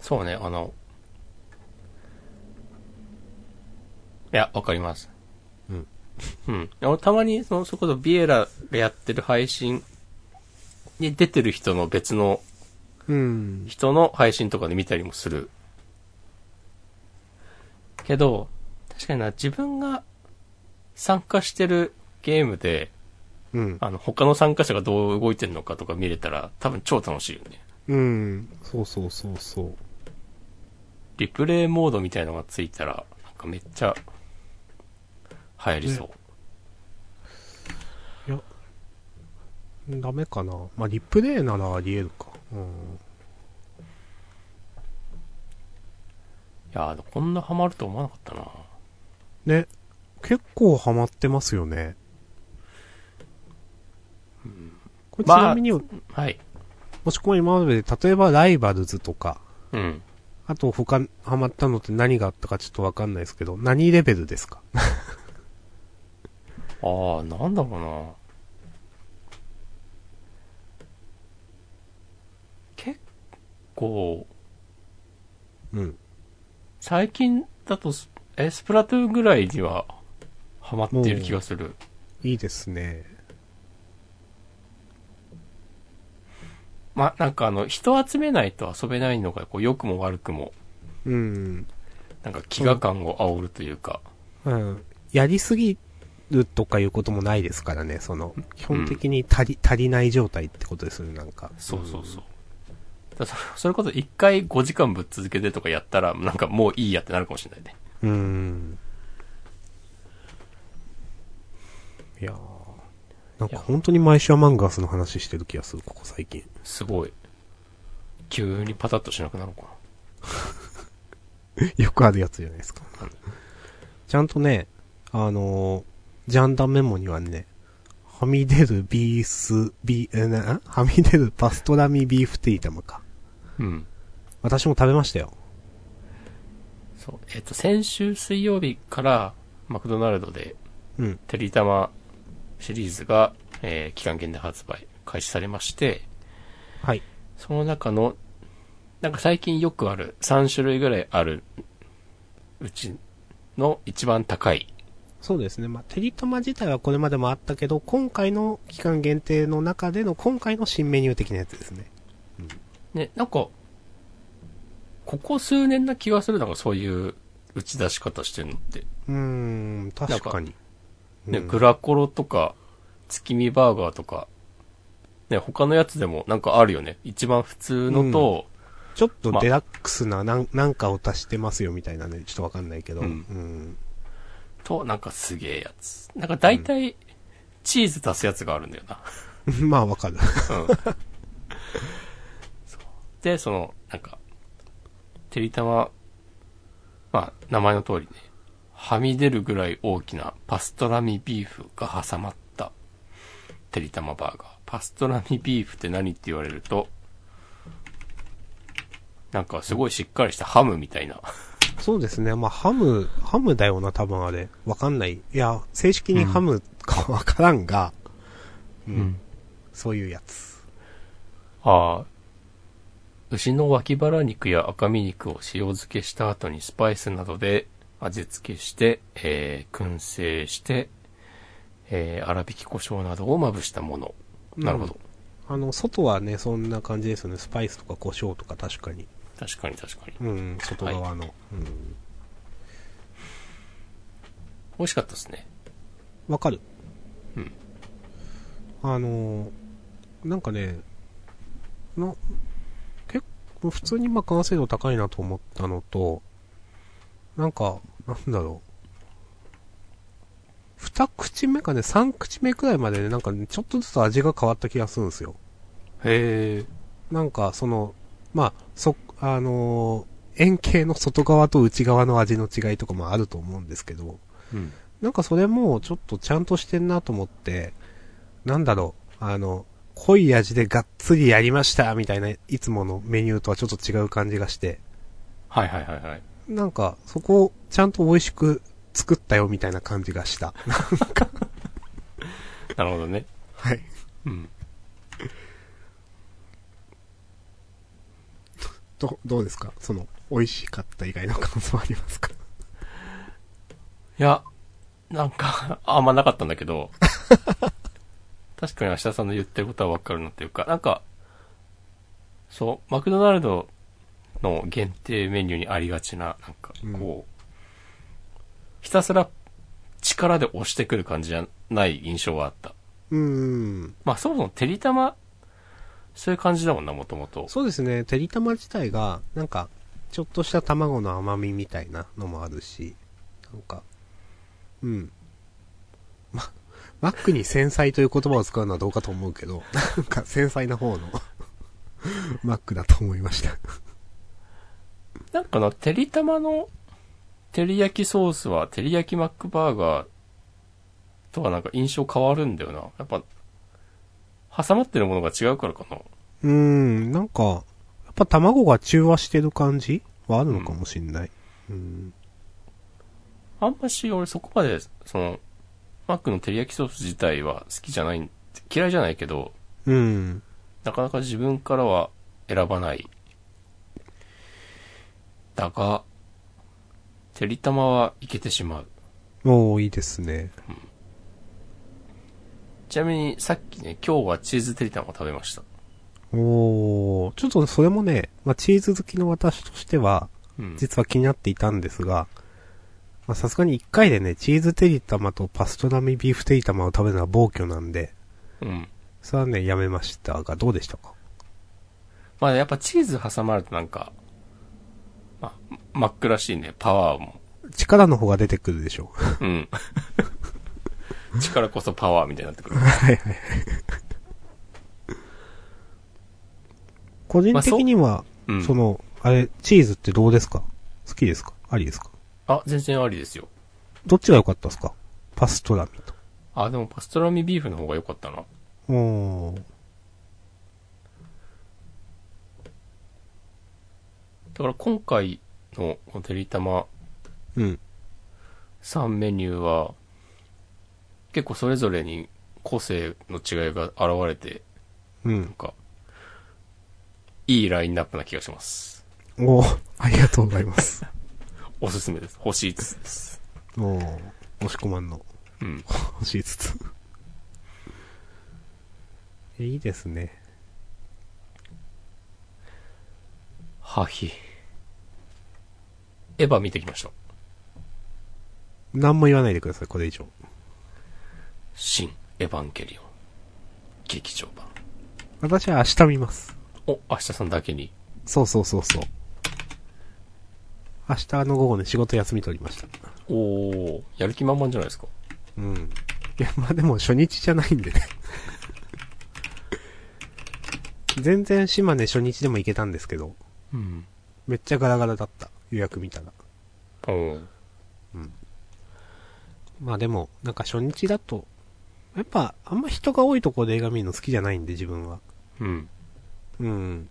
Speaker 1: そうね、あの、いや、わかります。
Speaker 2: うん。
Speaker 1: うん。俺たまに、その、それこそビエラがやってる配信に出てる人の別の
Speaker 2: うん。
Speaker 1: 人の配信とかで見たりもする。けど、確かにな、自分が参加してるゲームで、
Speaker 2: うん。
Speaker 1: あの、他の参加者がどう動いてるのかとか見れたら、多分超楽しいよね。
Speaker 2: うん。そうそうそうそう。
Speaker 1: リプレイモードみたいのがついたら、なんかめっちゃ、流行りそう。
Speaker 2: いや、ダメかな。まあ、リプレイならあり得るか。うん。
Speaker 1: いやー、こんなハマると思わなかったな。
Speaker 2: ね、結構ハマってますよね。これち
Speaker 1: まあ
Speaker 2: なみに、
Speaker 1: はい。
Speaker 2: もしくは今までで、例えばライバルズとか、
Speaker 1: うん。
Speaker 2: あと他ハマったのって何があったかちょっとわかんないですけど、何レベルですか
Speaker 1: あー、なんだろうな。結構、
Speaker 2: うん。
Speaker 1: 最近だとス、え、スプラトゥーンぐらいには、ハマっている気がする。
Speaker 2: いいですね。
Speaker 1: ま、なんかあの、人集めないと遊べないのが、こう、良くも悪くも、
Speaker 2: うん。
Speaker 1: なんか飢餓感を煽るというか、
Speaker 2: うん。やりすぎるとかいうこともないですからね、その、基本的に足り、足りない状態ってことですよね、なんか。
Speaker 1: そうそうそう。だそそれこそ一回5時間ぶっ続けてとかやったら、なんかもういいやってなるかもしれないね。
Speaker 2: うーん。いやーなんか本当に毎週アマンガスの話してる気がする、ここ最近。
Speaker 1: すごい。急にパタッとしなくなるのか
Speaker 2: よくあるやつじゃないですか。ちゃんとね、あのージャンダンメモにはね、はみ出るビース、ビー、えな、はみ出るパストラミビーフティータムか。
Speaker 1: な。うん。
Speaker 2: 私も食べましたよ。
Speaker 1: そう。えっ、と、先週水曜日から、マクドナルドで、
Speaker 2: うん。
Speaker 1: てりたまシリーズが、えー期間限定発売、開始されまして、
Speaker 2: はい。
Speaker 1: その中の、なんか最近よくある、3種類ぐらいある、うちの一番高い。
Speaker 2: そうですね。まあ、テリトマ自体はこれまでもあったけど、今回の期間限定の中での今回の新メニュー的なやつですね。
Speaker 1: ね、なんか、ここ数年な気がする、なんかそういう打ち出し方してるのって。
Speaker 2: うーん、確かに。
Speaker 1: ね、
Speaker 2: うん
Speaker 1: グラコロとか、月見バーガーとか、ね、他のやつでもなんかあるよね。一番普通のと、
Speaker 2: ちょっと
Speaker 1: まあ
Speaker 2: デラックスななんなんかを足してますよみたいなね、ちょっとわかんないけど。う
Speaker 1: うん
Speaker 2: ん。
Speaker 1: と、なんかすげえやつ。なんか大体、チーズ足すやつがあるんだよな。
Speaker 2: まあわかる。
Speaker 1: うんそうで、その、なんか、てりたま、まあ、名前の通りね、はみ出るぐらい大きなパストラミビーフが挟まった、てりたまバーガー。パストラミビーフって何って言われると、なんかすごいしっかりしたハムみたいな。
Speaker 2: そうですね。まあハム、ハムだよな、多分あれ。わかんない。いや、正式にハムかわからんが、うん
Speaker 1: うん
Speaker 2: そういうやつ。
Speaker 1: ああ。牛の脇腹肉や赤身肉を塩漬けした後にスパイスなどで味付けして、えー、燻製して、えー、粗挽き胡椒などをまぶしたもの。
Speaker 2: うん
Speaker 1: なるほど。
Speaker 2: あの、外はね、そんな感じですよね。スパイスとか胡椒とか確かに。
Speaker 1: 確かに確かに。
Speaker 2: うん、外側の。うん。
Speaker 1: 美味しかったですね。
Speaker 2: わかる。
Speaker 1: うん。
Speaker 2: あのーなんかね、な、結構普通にまあ完成度高いなと思ったのと、なんか、なんだろう。二口目かね、三口目くらいまでね、なんかね、ちょっとずつ味が変わった気がするんですよ。
Speaker 1: へえ。
Speaker 2: なんか、その、まあ、そ、あのー円形の外側と内側の味の違いとかもあると思うんですけど、
Speaker 1: うん。
Speaker 2: なんかそれもちょっとちゃんとしてんなと思って、なんだろう、あの、濃い味でがっつりやりましたみたいな、いつものメニューとはちょっと違う感じがして、
Speaker 1: はいはいはいはい。
Speaker 2: なんかそこをちゃんと美味しく作ったよみたいな感じがした。
Speaker 1: なるほどね。
Speaker 2: はい。
Speaker 1: うん。
Speaker 2: ど、どうですかその、美味しかった以外の感想はありますか
Speaker 1: いや、なんか 、あんまなかったんだけ ど、確かに明日さんの言ってることはわかるなっていうか、なんか、そう、マクドナルドの限定メニューにありがちな、なんか、こう、ひたすら力で押してくる感じじゃない印象はあった。
Speaker 2: うーん。
Speaker 1: まあ、そもそもてりたま、そういう感じだもんな、もともと。
Speaker 2: そうですね、てりたま自体が、なんか、ちょっとした卵の甘みみたいなのもあるし、なんか、うん。ま、マックに繊細という言葉を使うのはどうかと思うけど、なんか繊細な方の、マックだと思いました。
Speaker 1: なんかな、てりたまの、てり焼きソースは、てり焼きマックバーガーとはなんか印象変わるんだよな。やっぱ、挟まってるものが違うからかな。
Speaker 2: うーん、なんか、やっぱ卵が中和してる感じはあるのかもしんない。うん。
Speaker 1: あんまし俺そこまで、その、マックのてり焼きソース自体は好きじゃないん、嫌いじゃないけど、
Speaker 2: うん。
Speaker 1: なかなか自分からは選ばない。だが、てりたまはいけてしまう。
Speaker 2: おー、いいですね。
Speaker 1: ちなみにさっきね、今日はチーズてりたまを食べました。
Speaker 2: おー、ちょっとそれもね、まあ、チーズ好きの私としては、
Speaker 1: うん。
Speaker 2: 実は気になっていたんですが、まあさすがに1回でね、チーズてりたまとパストラミビーフてりたまを食べるのは暴挙なんで、
Speaker 1: うん。
Speaker 2: それはね、やめましたが、どうでしたか
Speaker 1: まあやっぱチーズ挟まるとなんか、まあ、真っ暗しいね、パワーも。
Speaker 2: 力の方が出てくるでしょう。
Speaker 1: うん。力こそパワーみたいになってくる。
Speaker 2: 個人的には、
Speaker 1: う
Speaker 2: そ
Speaker 1: ん。
Speaker 2: の、あれ、チーズってどうですか好きですかありですか
Speaker 1: あ、全然ありですよ。
Speaker 2: どっちが良かったですかパストラミと。
Speaker 1: あ、でもパストラミビーフの方が良かったな。
Speaker 2: おー。
Speaker 1: だから今回のこのてりたま
Speaker 2: うん。
Speaker 1: 3メニューは、結構それぞれに個性の違いが現れて、
Speaker 2: うん
Speaker 1: なん。か、いいラインナップな気がします。
Speaker 2: おー、ありがとうございます。
Speaker 1: おすすめです。欲しいです。
Speaker 2: おー、押し込まんの。
Speaker 1: うん。
Speaker 2: 欲しいつつ。いいですね。
Speaker 1: はひ。エヴァ見てきました。
Speaker 2: 何も言わないでください、これ以上。
Speaker 1: 新エヴァンゲリオン。劇場版。
Speaker 2: 私は明日見ます。
Speaker 1: お、明日さんだけに。
Speaker 2: そうそうそうそう。明日の午後ね、仕事休み取りました。
Speaker 1: おー、やる気満々じゃないですか。
Speaker 2: うん。いや、まあでも初日じゃないんでね。全然島根初日でも行けたんですけど、
Speaker 1: うん。
Speaker 2: めっちゃガラガラだった。予約見たら。
Speaker 1: おー
Speaker 2: まあでも、なんか初日だと、やっぱ、あんま人が多いとこで映画見るの好きじゃないんで、自分は。
Speaker 1: うん。
Speaker 2: うん。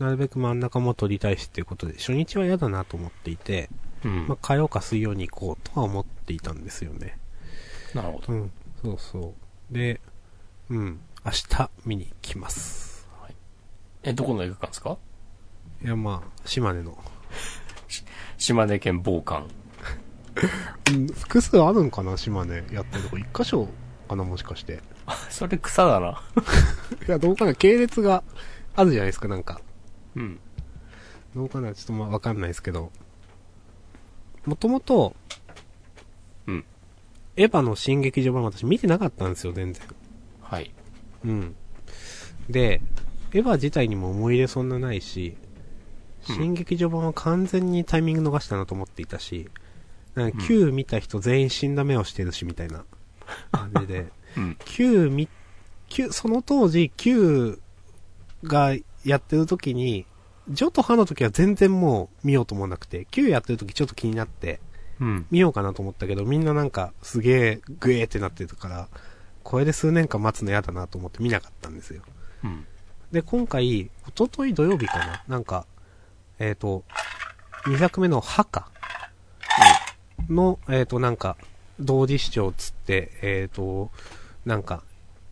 Speaker 2: なるべく真ん中も取りたいしっていうことで、初日は嫌だなと思っていて、
Speaker 1: うん。
Speaker 2: まあ火曜か水曜に行こうとは思っていたんですよね。
Speaker 1: なるほど。
Speaker 2: うん、そうそう。で、うん、明日見に来ます。
Speaker 1: え、どこの映画館ですか
Speaker 2: いや、まあ、島根の。
Speaker 1: 島根県某館。
Speaker 2: うん、複数あるんかな、島根やってるとこ。一箇所かな、もしか して。
Speaker 1: あ、それ草だな。
Speaker 2: いや、どうかな、系列があるじゃないですか、なんか。
Speaker 1: うん。
Speaker 2: どうかな、ちょっとまあ、わかんないですけど。もともと、
Speaker 1: うん。
Speaker 2: エヴァの新劇場版私見てなかったんですよ、全然。
Speaker 1: はい。
Speaker 2: うん。で、エヴァ自体にも思い入れそんなないし、
Speaker 1: うん
Speaker 2: 新劇場版は完全にタイミング逃したなと思っていたし、なんか9見た人全員死んだ目をしてるし、みた いな感じで、
Speaker 1: うん。
Speaker 2: 9見、9、その当時9がやってる時に、ジョとハの時は全然もう見ようと思わなくて、9やってる時ちょっと気になって、
Speaker 1: うん。
Speaker 2: 見ようかなと思ったけど、みんななんかすげえグエーってなってるから、これで数年間待つの嫌だなと思って見なかったんですよ。
Speaker 1: うん。
Speaker 2: で、今回、一昨日土曜日かななんか、えっ、と、2作目のハカの、えっ、と、なんか、同時視聴つって、えっ、と、なんか、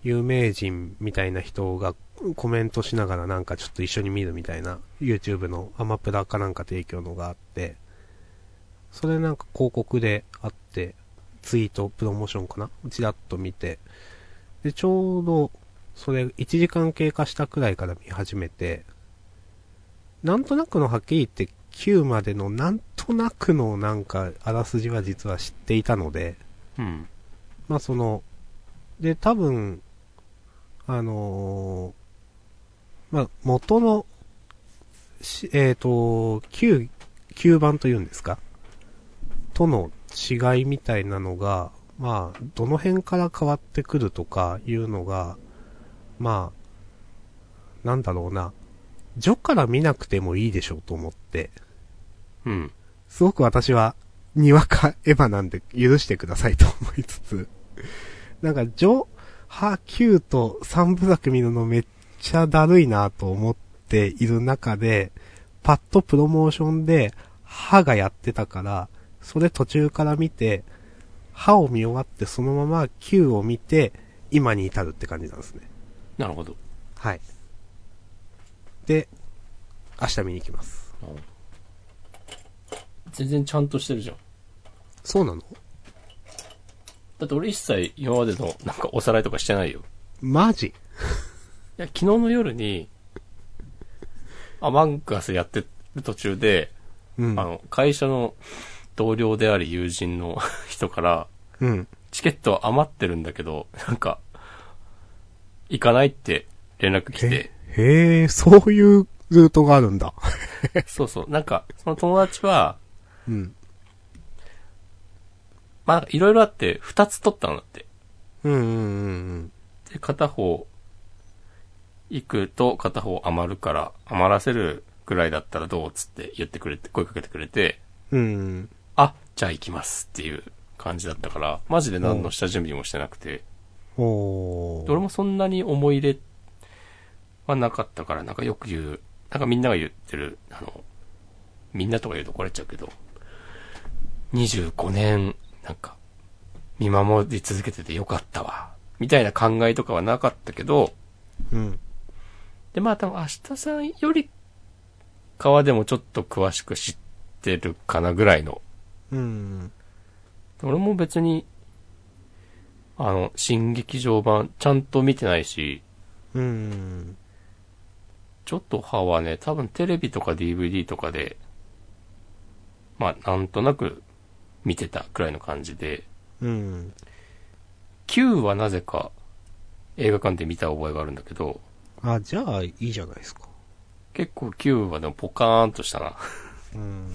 Speaker 2: 有名人みたいな人がコメントしながらなんかちょっと一緒に見るみたいな、YouTube のアマプラかなんか提供のがあって、それなんか広告であって、ツイート、プロモーションかなちらっと見て、で、ちょうど、それ1時間経過したくらいから見始めて、なんとなくのはっきり言って9までのなんとなくのなんかあらすじは実は知っていたので、
Speaker 1: うん。
Speaker 2: まあその、で、多分、あのーまあ元の、しえっ、と、9、9番というんですかとの違いみたいなのが、まあ、どの辺から変わってくるとかいうのが、まあ、なんだろうな、序から見なくてもいいでしょうと思って、
Speaker 1: うん。
Speaker 2: すごく私は、にわかエヴァなんで許してくださいと思いつつ、なんか、ジョ、ハ、キューと三部作見るのめっちゃだるいなと思っている中で、パッとプロモーションで、ハがやってたから、それ途中から見て、ハを見終わってそのままキューを見て、今に至るって感じなんですね。
Speaker 1: なるほど。
Speaker 2: はい。で、明日見に行きます。
Speaker 1: 全然ちゃんとしてるじゃん。
Speaker 2: そうなの
Speaker 1: だって俺一切今までのなんかおさらいとかしてないよ。
Speaker 2: マジ
Speaker 1: いや、昨日の夜に、アマンガスやってる途中で、
Speaker 2: うん
Speaker 1: あ。の、会社の同僚であり友人の 人から、
Speaker 2: うん。
Speaker 1: チケット余ってるんだけど、なんか、行かないって連絡来て、
Speaker 2: へえ、そういうルートがあるんだ。
Speaker 1: そうそう、なんか、その友達は、
Speaker 2: うん。
Speaker 1: まあ、いろいろあって、二つ取ったんだって。
Speaker 2: うんうんうん
Speaker 1: で、片方、行くと片方余るから、余らせるぐらいだったらどうっつって言ってくれて、声かけてくれて、
Speaker 2: うん。うん。
Speaker 1: あ、じゃあ行きますっていう感じだったから、マジで何の下準備もしてなくて、
Speaker 2: お
Speaker 1: で俺もそんなに思い入れはなかったから、なんかよく言う、なんかみんなが言ってる、あの、みんなとか言うと怒られちゃうけど、25年、なんか、見守り続けててよかったわ、みたいな考えとかはなかったけど、
Speaker 2: うん。
Speaker 1: で、まあ多分明日さんよりかはでもちょっと詳しく知ってるかなぐらいの。
Speaker 2: うん。
Speaker 1: 俺も別に、あの、新劇場版ちゃんと見てないし、
Speaker 2: うん。
Speaker 1: ジョトハはね、多分テレビとか DVD とかで、まあ、なんとなく見てたくらいの感じで、
Speaker 2: うん。
Speaker 1: 9はなぜか映画館で見た覚えがあるんだけど、
Speaker 2: あ、じゃあ、いいじゃないですか。
Speaker 1: 結構9はでもポカーンとしたな。
Speaker 2: うん。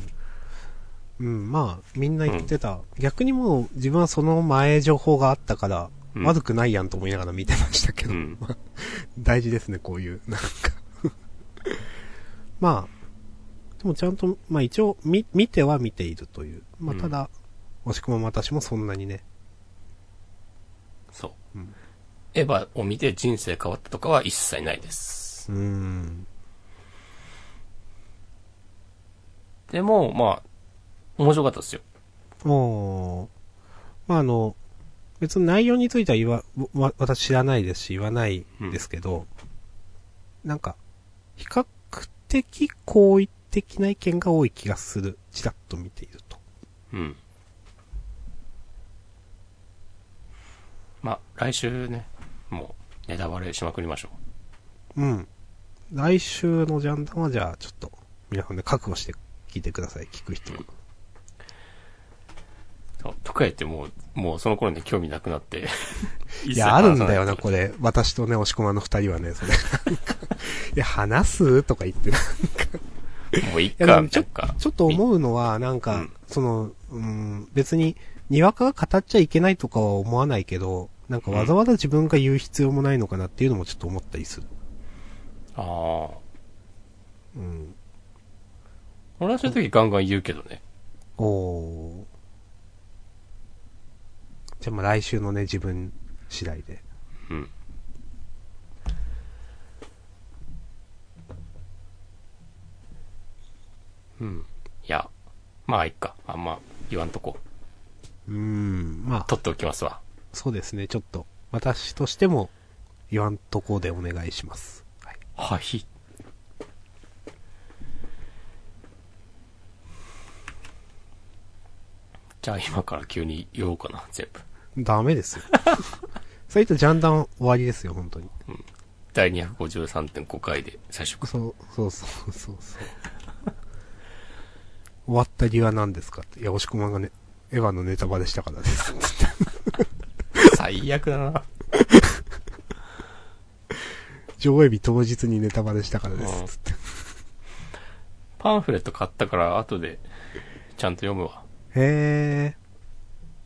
Speaker 2: うん、まあ、みんな言ってた。逆にもう、自分はその前情報があったから、
Speaker 1: うん
Speaker 2: 悪くないやんと思いながら見てましたけど、
Speaker 1: うん。
Speaker 2: 大事ですね、こういう、なんか。まあ、でもちゃんと、まあ一応、見、見ては見ているという。まあただ、押し込も私もそんなにね。
Speaker 1: そう。
Speaker 2: うん
Speaker 1: エヴァを見て人生変わったとかは一切ないです。
Speaker 2: うん。
Speaker 1: でも、まあ、面白かったですよ。
Speaker 2: おーまああの、別に内容については言わ、わ私知らないですし、言わないですけど、なんか、比較的好意的な意見が多い気がする。ちらっと見ていると。
Speaker 1: うん。まあ、来週ね、もう、ネタバレしまくりましょ
Speaker 2: うん。来週のジャンダンはじゃあ、ちょっと、皆さんで覚悟して聞いてください。聞く人は。
Speaker 1: う。そうとか言ってもう、もうその頃に興味なくなって。
Speaker 2: いや、あるんだよな、
Speaker 1: れ。
Speaker 2: これ。私とね、押し込まんの二人はね、それ。なんかいや、話すとか言って な
Speaker 1: もういっ
Speaker 2: いやで
Speaker 1: か、
Speaker 2: も
Speaker 1: みたいなか。
Speaker 2: ちょっと思うのは、なんか、
Speaker 1: うん
Speaker 2: その、うん、別に、にわかが語っちゃいけないとかは思わないけど、なんかわざわざ自分が言う必要もないのかなっていうのもちょっと思ったりする。
Speaker 1: ああ。
Speaker 2: うん。
Speaker 1: 俺はそういう時ガンガン言うけどね。
Speaker 2: おーじゃあまあ来週のね、自分次第で。
Speaker 1: うん。うん。いや、まあ、いっか。あんま言わんとこ。
Speaker 2: うん、まあ、
Speaker 1: 取っておきますわ。
Speaker 2: そうですね、ちょっと、私としても、言わんとこでお願いします。はい。
Speaker 1: はい。じゃあ今から急に言おうかな、全部。
Speaker 2: ダメ ですよ。それとジャンダン終わりですよ、本当に。
Speaker 1: 第253.5回で最初から。
Speaker 2: そう、そうそうそうそう。終わった理由は何ですかって。いや、押し込まんがね、エヴァのネタバレしたからです。
Speaker 1: 最悪だな。
Speaker 2: 上映日当日にネタバレしたからです。つって。
Speaker 1: パンフレット買ったから後でちゃんと読むわ。
Speaker 2: へえ。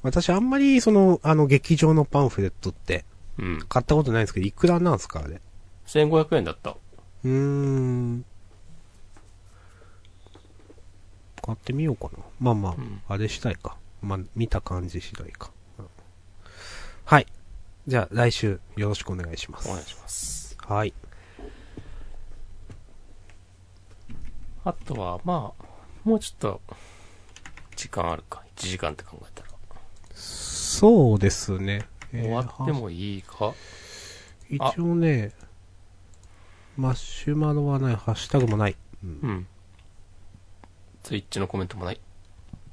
Speaker 2: 私あんまり、その、あの、劇場のパンフレットって、
Speaker 1: うん。
Speaker 2: 買ったことないんですけど、いくらなんすかあれ。
Speaker 1: 1500円だった。
Speaker 2: うーん。買ってみようかな。まあまあ、
Speaker 1: うん
Speaker 2: あれしたいか。まあ、見た感じ次第か。うんはい。じゃあ、来週、よろしくお願いします。
Speaker 1: お願いします。
Speaker 2: はい。
Speaker 1: あとは、まあ、もうちょっと、時間あるか。1時間って考えたら。
Speaker 2: そうですね。えー
Speaker 1: 終わってもいいか
Speaker 2: は一応ね、マシュマロはない、ハッシュタグもない。
Speaker 1: うん。ツイッチのコメントもない。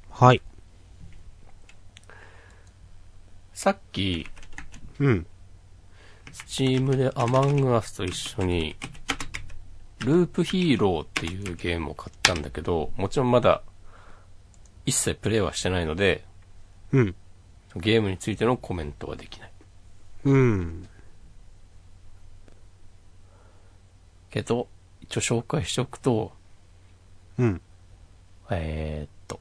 Speaker 2: はい。
Speaker 1: さっき、
Speaker 2: うん。
Speaker 1: スチームでアマングアスと一緒に、ループヒーローっていうゲームを買ったんだけど、もちろんまだ、一切プレイはしてないので、
Speaker 2: うん。
Speaker 1: ゲームについてのコメントはできない。
Speaker 2: うん。
Speaker 1: けど、一応紹介しておくと、
Speaker 2: うん。
Speaker 1: えー、っと、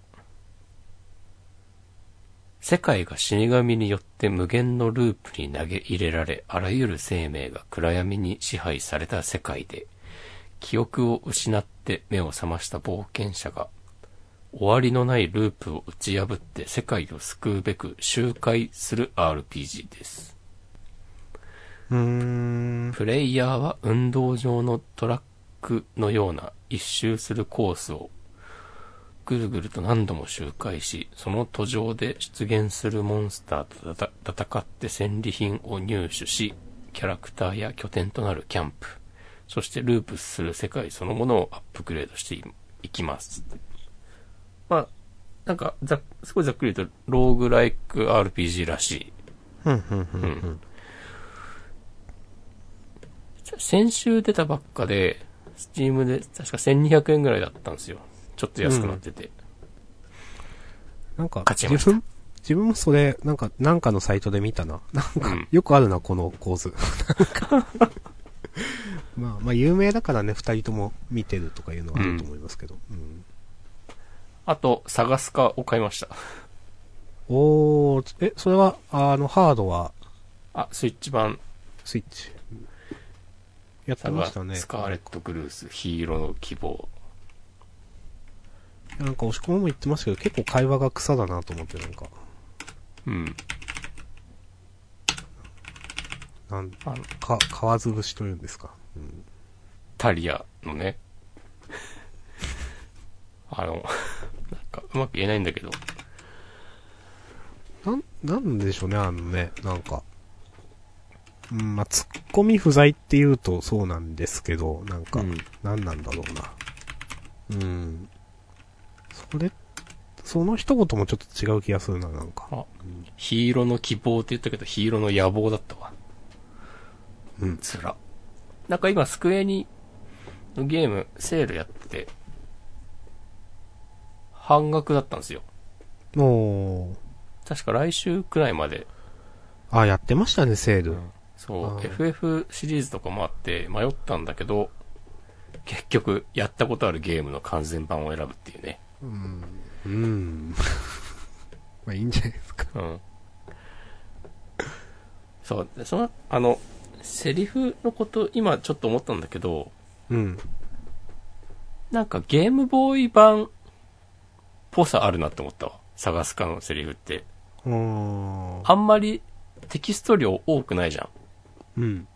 Speaker 1: 世界が死神によって無限のループに投げ入れられ、あらゆる生命が暗闇に支配された世界で、記憶を失って目を覚ました冒険者が、終わりのないループを打ち破って世界を救うべく周回する RPG です。
Speaker 2: うーん。
Speaker 1: プレイヤーは運動場のトラックのような一周するコースをぐるぐると何度も周回し、その途上で出現するモンスターとたた戦って戦利品を入手し、キャラクターや拠点となるキャンプ、そしてループする世界そのものをアップグレードしていいきます。まあ、なんかざっ、すごいざっくり言うと、ローグライク RPG らしい
Speaker 2: うん、うん、うん。
Speaker 1: うん先週出たばっかで、スチームで確か1200円ぐらいだったんですよ。ちょっと安くなってて。
Speaker 2: なんか、
Speaker 1: 勝ちまし
Speaker 2: 自分、自分もそれ、なんか、なんかのサイトで見たな。 なん
Speaker 1: う
Speaker 2: か
Speaker 1: ん、
Speaker 2: よくあるな、この構図。なん かまあ、まあ、有名だからね、二人とも見てるとかいうのはあると思いますけど。うん
Speaker 1: あと、探すかを買いました。
Speaker 2: おー、え、それは、あの、ハードは、
Speaker 1: あ、スイッチ版、
Speaker 2: スイッチ。やって
Speaker 1: サ
Speaker 2: ま
Speaker 1: ガ、
Speaker 2: したね。
Speaker 1: スカーレット・グルース、ヒーローの希望。
Speaker 2: なんか、押し込みも言ってましたけど、結構会話が草だなと思って、なんか、
Speaker 1: うん。
Speaker 2: なん
Speaker 1: あの、
Speaker 2: か、川潰しというんですか。
Speaker 1: タリアのね。 あの、なんか、うまく言えないんだけど、
Speaker 2: なん、なんでしょうね、あのね、なんか。うん、まあ、ツッコミ不在って言うとそうなんですけど、なんか、
Speaker 1: うん
Speaker 2: なんなんだろうな。うん。それ、その一言もちょっと違う気がするな、なんか。
Speaker 1: あ、ヒーローの希望って言ったけど、ヒーローの野望だったわ。
Speaker 2: うん。
Speaker 1: つら。なんか今、スクエニのゲーム、セールやってて、半額だったんですよ。
Speaker 2: もう、
Speaker 1: 確か来週くらいまで。
Speaker 2: あ、やってましたね、セール。
Speaker 1: そう
Speaker 2: あ、ー
Speaker 1: FF シリーズとかもあって迷ったんだけど、結局、やったことあるゲームの完全版を選ぶっていうね。
Speaker 2: うん。 うん。まあ、いいんじゃないですか。
Speaker 1: うん。そう、でその、あの、セリフのこと、今ちょっと思ったんだけど、
Speaker 2: うん。
Speaker 1: なんかゲームボーイ版っぽさあるなって思ったわ。探すかのセリフって。
Speaker 2: うーん。
Speaker 1: あんまりテキスト量多くないじゃん。
Speaker 2: うん。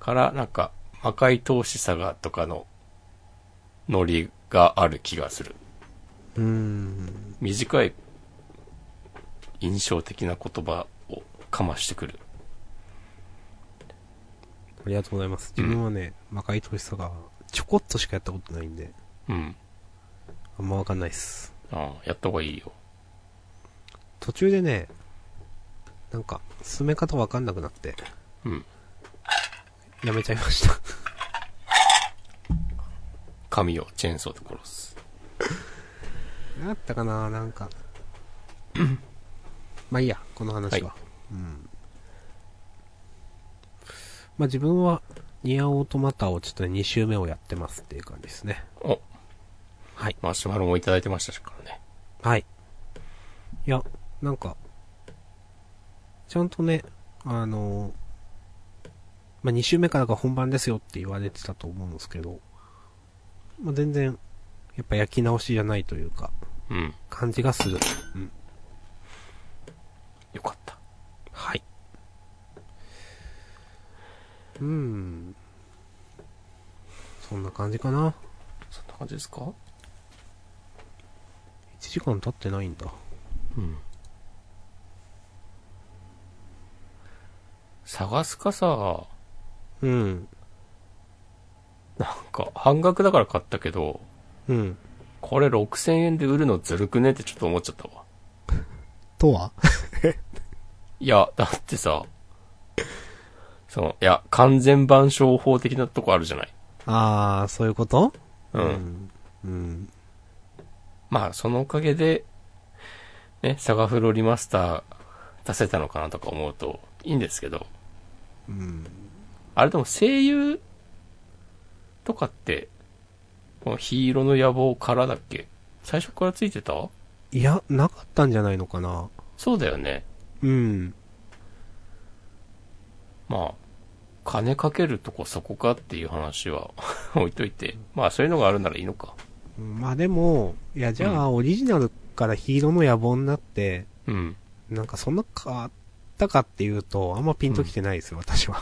Speaker 1: から、なんか、赤い投資差がとかのノリがある気がする。
Speaker 2: うん。
Speaker 1: 短い印象的な言葉をかましてくる。
Speaker 2: ありがとうございます。自分はね、魔界投資さが、ちょこっとしかやったことないんで、
Speaker 1: うん。
Speaker 2: あんまわかんないっす。
Speaker 1: ああ、やった方がいいよ。
Speaker 2: 途中でね、なんか、進め方わかんなくなって、
Speaker 1: うん。
Speaker 2: やめちゃいました。
Speaker 1: 髪をチェーンソーで殺す。
Speaker 2: なったかななん か。まあいいや、この話は。うん。まあ自分は、ニアオートマタをちょっと2周目をやってますっていう感じですね。
Speaker 1: お、
Speaker 2: はい。
Speaker 1: マシュマロもいただいてましたからね。
Speaker 2: はい。いや、なんか、ちゃんとね、あの、まあ、2週目からが本番ですよって言われてたと思うんですけど、まあ、全然、やっぱ焼き直しじゃないというか、
Speaker 1: うん。
Speaker 2: 感じがする。うん。
Speaker 1: よかった。
Speaker 2: はい。うーん。そんな感じかな。
Speaker 1: そんな感じですか
Speaker 2: 1時間経ってないんだ。
Speaker 1: うん。探すかさ、
Speaker 2: うん。
Speaker 1: なんか半額だから買ったけど、
Speaker 2: うん。
Speaker 1: これ6000円で売るのずるくねってちょっと思っちゃったわ。
Speaker 2: とはい
Speaker 1: や、だってさ、その、いや、完全版商法的なとこあるじゃない。
Speaker 2: あー、そういうこと
Speaker 1: うん。
Speaker 2: うん。うん。
Speaker 1: まあ、そのおかげで、ね、サガフロリマスター出せたのかなとか思うといいんですけど、
Speaker 2: うん。
Speaker 1: あれでも声優とかって、このヒーローの野望からだっけ最初からついてた
Speaker 2: いや、なかったんじゃないのかな。
Speaker 1: そうだよね。
Speaker 2: うん。
Speaker 1: まあ、金かけるとこそこかっていう話は 置いといて、まあそういうのがあるならいいのか。
Speaker 2: まあでも、いや、じゃあ、オリジナルからヒーローの野望になって、
Speaker 1: うん。
Speaker 2: なんかそんな変わったかっていうと、あんまピンときてないですよ、私は。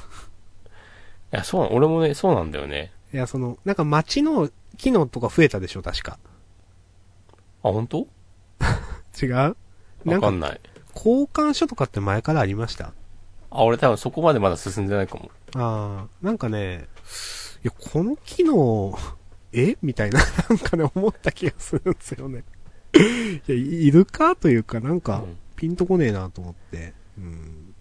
Speaker 1: いや、そうな、俺もね、そうなんだよね。
Speaker 2: いや、その、なんか街の機能とか増えたでしょ、確か。
Speaker 1: あ、本当
Speaker 2: 違うな
Speaker 1: わ
Speaker 2: ん
Speaker 1: か
Speaker 2: か、
Speaker 1: んない。
Speaker 2: 交換書とかって前からありました
Speaker 1: あ、俺多分そこまでまだ進んでないかも。
Speaker 2: ああ、なんかね、いや、この機能、えみたいな、なんかね、思った気がするんですよね。 いや、いるかというか、なんか、
Speaker 1: うん
Speaker 2: ピンとこねえなと思って。うん。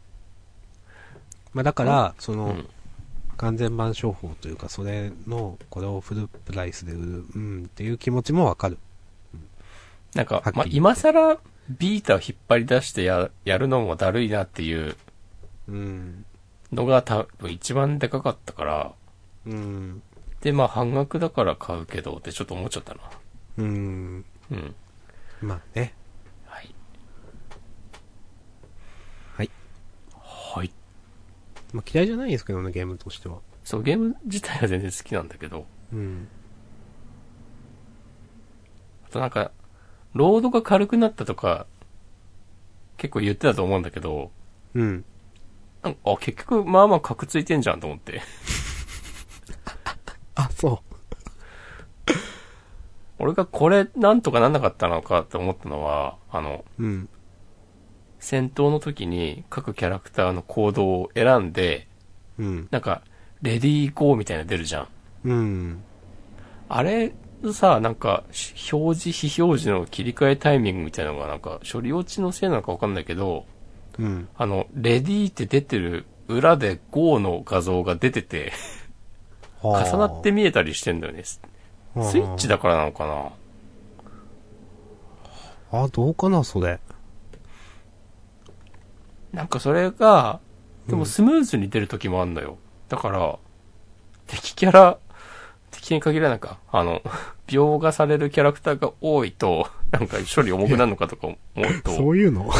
Speaker 2: まあ、だから、その、
Speaker 1: うん。
Speaker 2: 完全版商法というか、それの、これをフルプライスで売る、うん、っていう気持ちもわかる。
Speaker 1: なん
Speaker 2: はっき
Speaker 1: か、
Speaker 2: り
Speaker 1: まあ、今更ビータを引っ張り出してややるのもだるいなっていう
Speaker 2: うん。
Speaker 1: のが多分一番でかかったから、
Speaker 2: うん。
Speaker 1: で、まあ半額だから買うけどってちょっと思っちゃったな。
Speaker 2: うん。
Speaker 1: うん。
Speaker 2: まあね。
Speaker 1: はい。
Speaker 2: はい。
Speaker 1: はい。
Speaker 2: まあ嫌いじゃないんですけどね、ゲームとしては。
Speaker 1: そう、ゲーム自体は全然好きなんだけど、
Speaker 2: うん。
Speaker 1: あとなんか、ロードが軽くなったとか、結構言ってたと思うんだけど、
Speaker 2: うん。
Speaker 1: なんか、あ、結局、まあまあ、カクついてんじゃんと思って。
Speaker 2: あ、そ
Speaker 1: 俺がこれ、なんとかなんなかったのかって思ったのは、あの、
Speaker 2: う。うん。
Speaker 1: 戦闘の時に各キャラクターの行動を選んで、
Speaker 2: うん。
Speaker 1: なんか、レディーゴーみたいなの出るじゃん。
Speaker 2: うん。
Speaker 1: あれ、さ、なんか、し表示、非表示の切り替えタイミングみたいなのが、なんか、処理落ちのせいなのかわかんないけど、
Speaker 2: うん。
Speaker 1: あの、レディーって出てる裏で GO の画像が出てて、重
Speaker 2: はあ
Speaker 1: なって見えたりしてんだよね。ススイッチだからなのかな
Speaker 2: あ、どうかな、それ。
Speaker 1: なんかそれが、で
Speaker 2: う
Speaker 1: も
Speaker 2: ん
Speaker 1: スムーズに出る時もあんのよ。だから、敵キャラ、敵に限らないか、あの、 描画されるキャラクターが多いと、なんか処理重くなるのかとか思う と、
Speaker 2: ういう の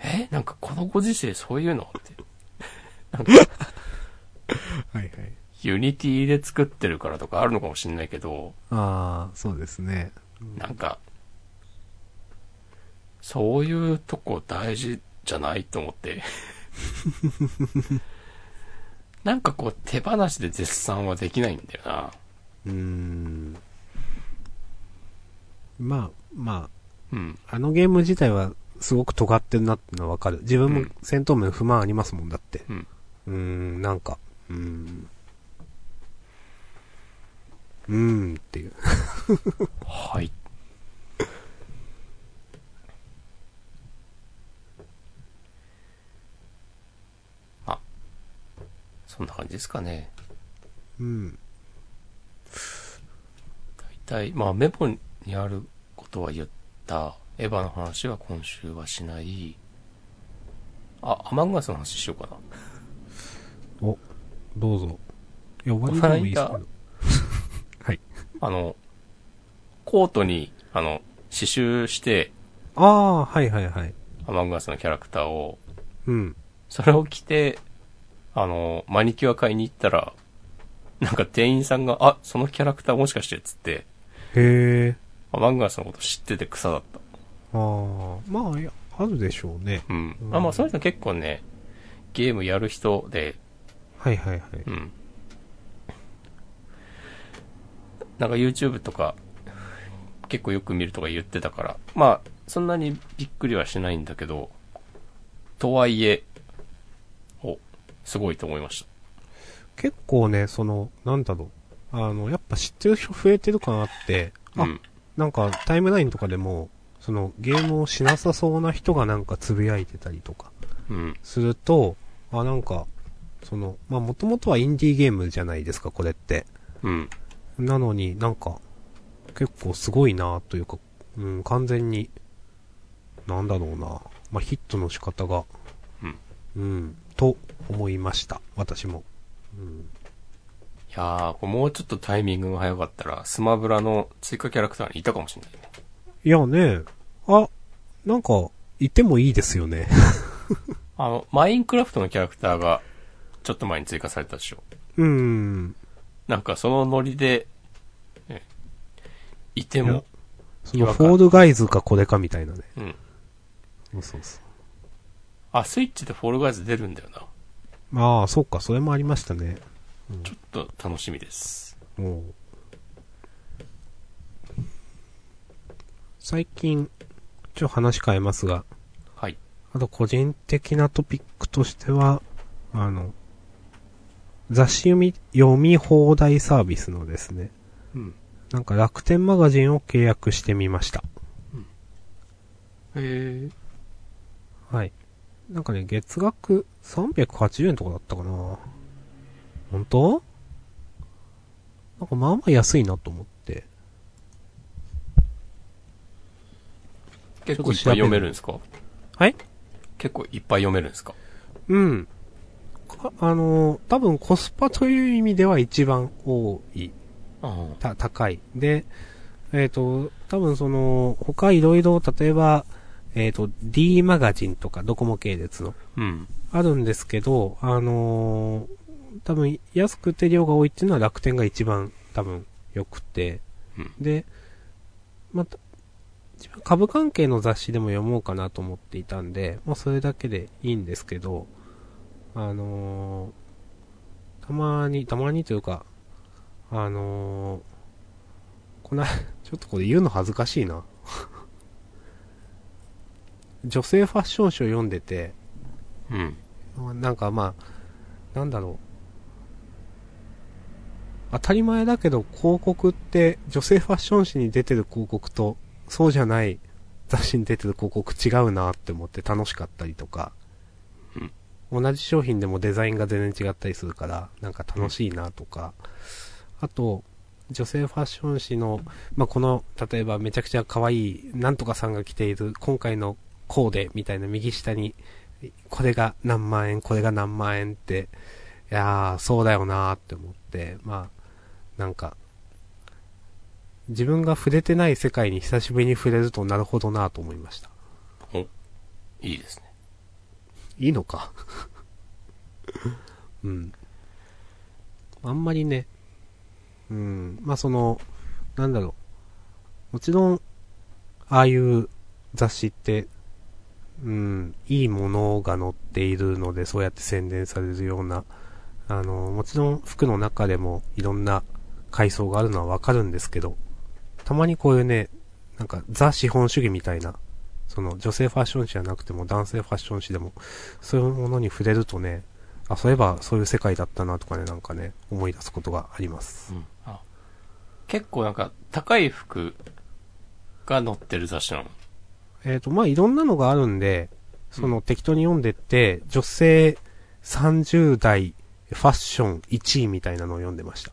Speaker 1: えなんかこのご時世そういうのって。なんか、
Speaker 2: はいはい。
Speaker 1: ユニティで作ってるからとかあるのかもしんないけど、
Speaker 2: ああ、そうですね。
Speaker 1: なんか、そういうとこ大事じゃないと思 って。なんかこう手放しで絶賛はできないんだよな。
Speaker 2: うーん。まあ、ま
Speaker 1: うん。
Speaker 2: あ、あのゲーム自体はすごく尖ってるなってのはわかる。自分
Speaker 1: う
Speaker 2: も
Speaker 1: ん
Speaker 2: 戦闘面不満ありますもんだって。
Speaker 1: うん。
Speaker 2: うーん、なんか、うーん。うーんっていう。
Speaker 1: はい。あ、そんな感じですかね。
Speaker 2: うん。
Speaker 1: 大体、まあメモにあることは言った。エヴァの話は今週はしない。あ、アマンガスの話しようかな。
Speaker 2: お、どうぞ。いや、終わりでもいいですけど。はい。
Speaker 1: あの、コートに、あの、刺繍して、
Speaker 2: ああ、はいはいはい。
Speaker 1: アマンガスのキャラクターを、
Speaker 2: うん。
Speaker 1: それを着て、あの、マニキュア買いに行ったら、なんか店員さんが、あ、そのキャラクターもしかしてっつって、
Speaker 2: へえ。
Speaker 1: アマンガスのこと知ってて草だった。
Speaker 2: ああ、まあ、いや、あるでしょうね。
Speaker 1: うん。
Speaker 2: うん
Speaker 1: あまあ、その人結構ね、ゲームやる人で、
Speaker 2: はいはいはい。
Speaker 1: うん。なんか YouTube とか、結構よく見るとか言ってたから、まあ、そんなにびっくりはしないんだけど、とはいえ、お、すごいと思いました。
Speaker 2: 結構ね、その、なんだろう。あの、やっぱ知ってる人増えてる感あって、あ、
Speaker 1: うん。
Speaker 2: なんかタイムラインとかでも、そのゲームをしなさそうな人がなんかつぶやいてたりとか
Speaker 1: うん。
Speaker 2: すると、あ、なんか、その、まあもともとはインディーゲームじゃないですか、これって。
Speaker 1: うん。
Speaker 2: なのになんか、結構すごいなというか、うん、完全に、なんだろうなまあヒットの仕方が、
Speaker 1: うん。
Speaker 2: うん、と思いました、私も。う
Speaker 1: い
Speaker 2: ん。
Speaker 1: やー、これもうちょっとタイミングが早かったら、スマブラの追加キャラクターにいたかもしれないね。
Speaker 2: いやね、あ、なんか、いてもいいですよね。
Speaker 1: あの、マインクラフトのキャラクターが、ちょっと前に追加されたでしょ。
Speaker 2: うーん。
Speaker 1: なんかそのノリで、ねいても、
Speaker 2: その、フォールガイズかこれかみたいなね。
Speaker 1: うん。
Speaker 2: そうそうそ
Speaker 1: あ、スイッチでフォールガイズ出るんだよな。
Speaker 2: う。ああ、そっか、それもありましたね。
Speaker 1: ちょっと楽しみです。
Speaker 2: もう。最近、ちょ、話変えますが、
Speaker 1: はい。
Speaker 2: あと個人的なトピックとしては、あの、雑誌読み、読み放題サービスのですね、
Speaker 1: うん。
Speaker 2: なんか楽天マガジンを契約してみました。
Speaker 1: へえ。
Speaker 2: はい。なんかね、月額380円とかだったかな。本当なんかまあまあ安いなと思って。
Speaker 1: 結構いっぱい読めるんですか
Speaker 2: はい
Speaker 1: 結構いっぱい読めるんですか
Speaker 2: うん。かあのー、多分コスパという意味では一番多い。
Speaker 1: あ
Speaker 2: た、高い。で、えっ、と、多分その、他いろいろ、例えば、えっ、と、D マガジンとか、ドコモ系列の、
Speaker 1: うん。
Speaker 2: あるんですけど、あのー多分安くて量が多いっていうのは楽天が一番多分良くて、
Speaker 1: うん
Speaker 2: で、また、自分株関係の雑誌でも読もうかなと思っていたんで、まあそれだけでいいんですけど、あのーたまに、たまにというか、あのーこな、 ちょっとこれ言うの恥ずかしいな。女性ファッション誌を読んでて、
Speaker 1: うん。
Speaker 2: なんかまあ、なんだろう。当たり前だけど広告って女性ファッション誌に出てる広告とそうじゃない雑誌に出てる広告違うなって思って楽しかったりとか、同じ商品でもデザインが全然違ったりするからなんか楽しいなとか、あと女性ファッション誌の、まあ、この例えばめちゃくちゃ可愛いなんとかさんが着ている今回のコーデみたいな右下にこれが何万円、これが何万円って、いやー、そうだよなーって思って、まあ、なんか、自分が触れてない世界に久しぶりに触れるとなるほどなーと思いました。
Speaker 1: いいですね。
Speaker 2: いいのか うん。あんまりね、うん、まあその、なんだろう。もちろん、ああいう雑誌って、うん、いいものが載っているので、そうやって宣伝されるような、あの、もちろん服の中でもいろんな階層があるのはわかるんですけど、たまにこういうね、なんかザ資本主義みたいな、その女性ファッション誌じゃなくても男性ファッション誌でも、そういうものに触れるとね、あ、そういえばそういう世界だったなとかね、なんかね、思い出すことがあります。
Speaker 1: あ結構なんか、高い服が載ってる雑誌なの。
Speaker 2: えっ、と、まあ、いろんなのがあるんで、その適当に読んでって、女性30代ファッション1位みたいなのを読んでました。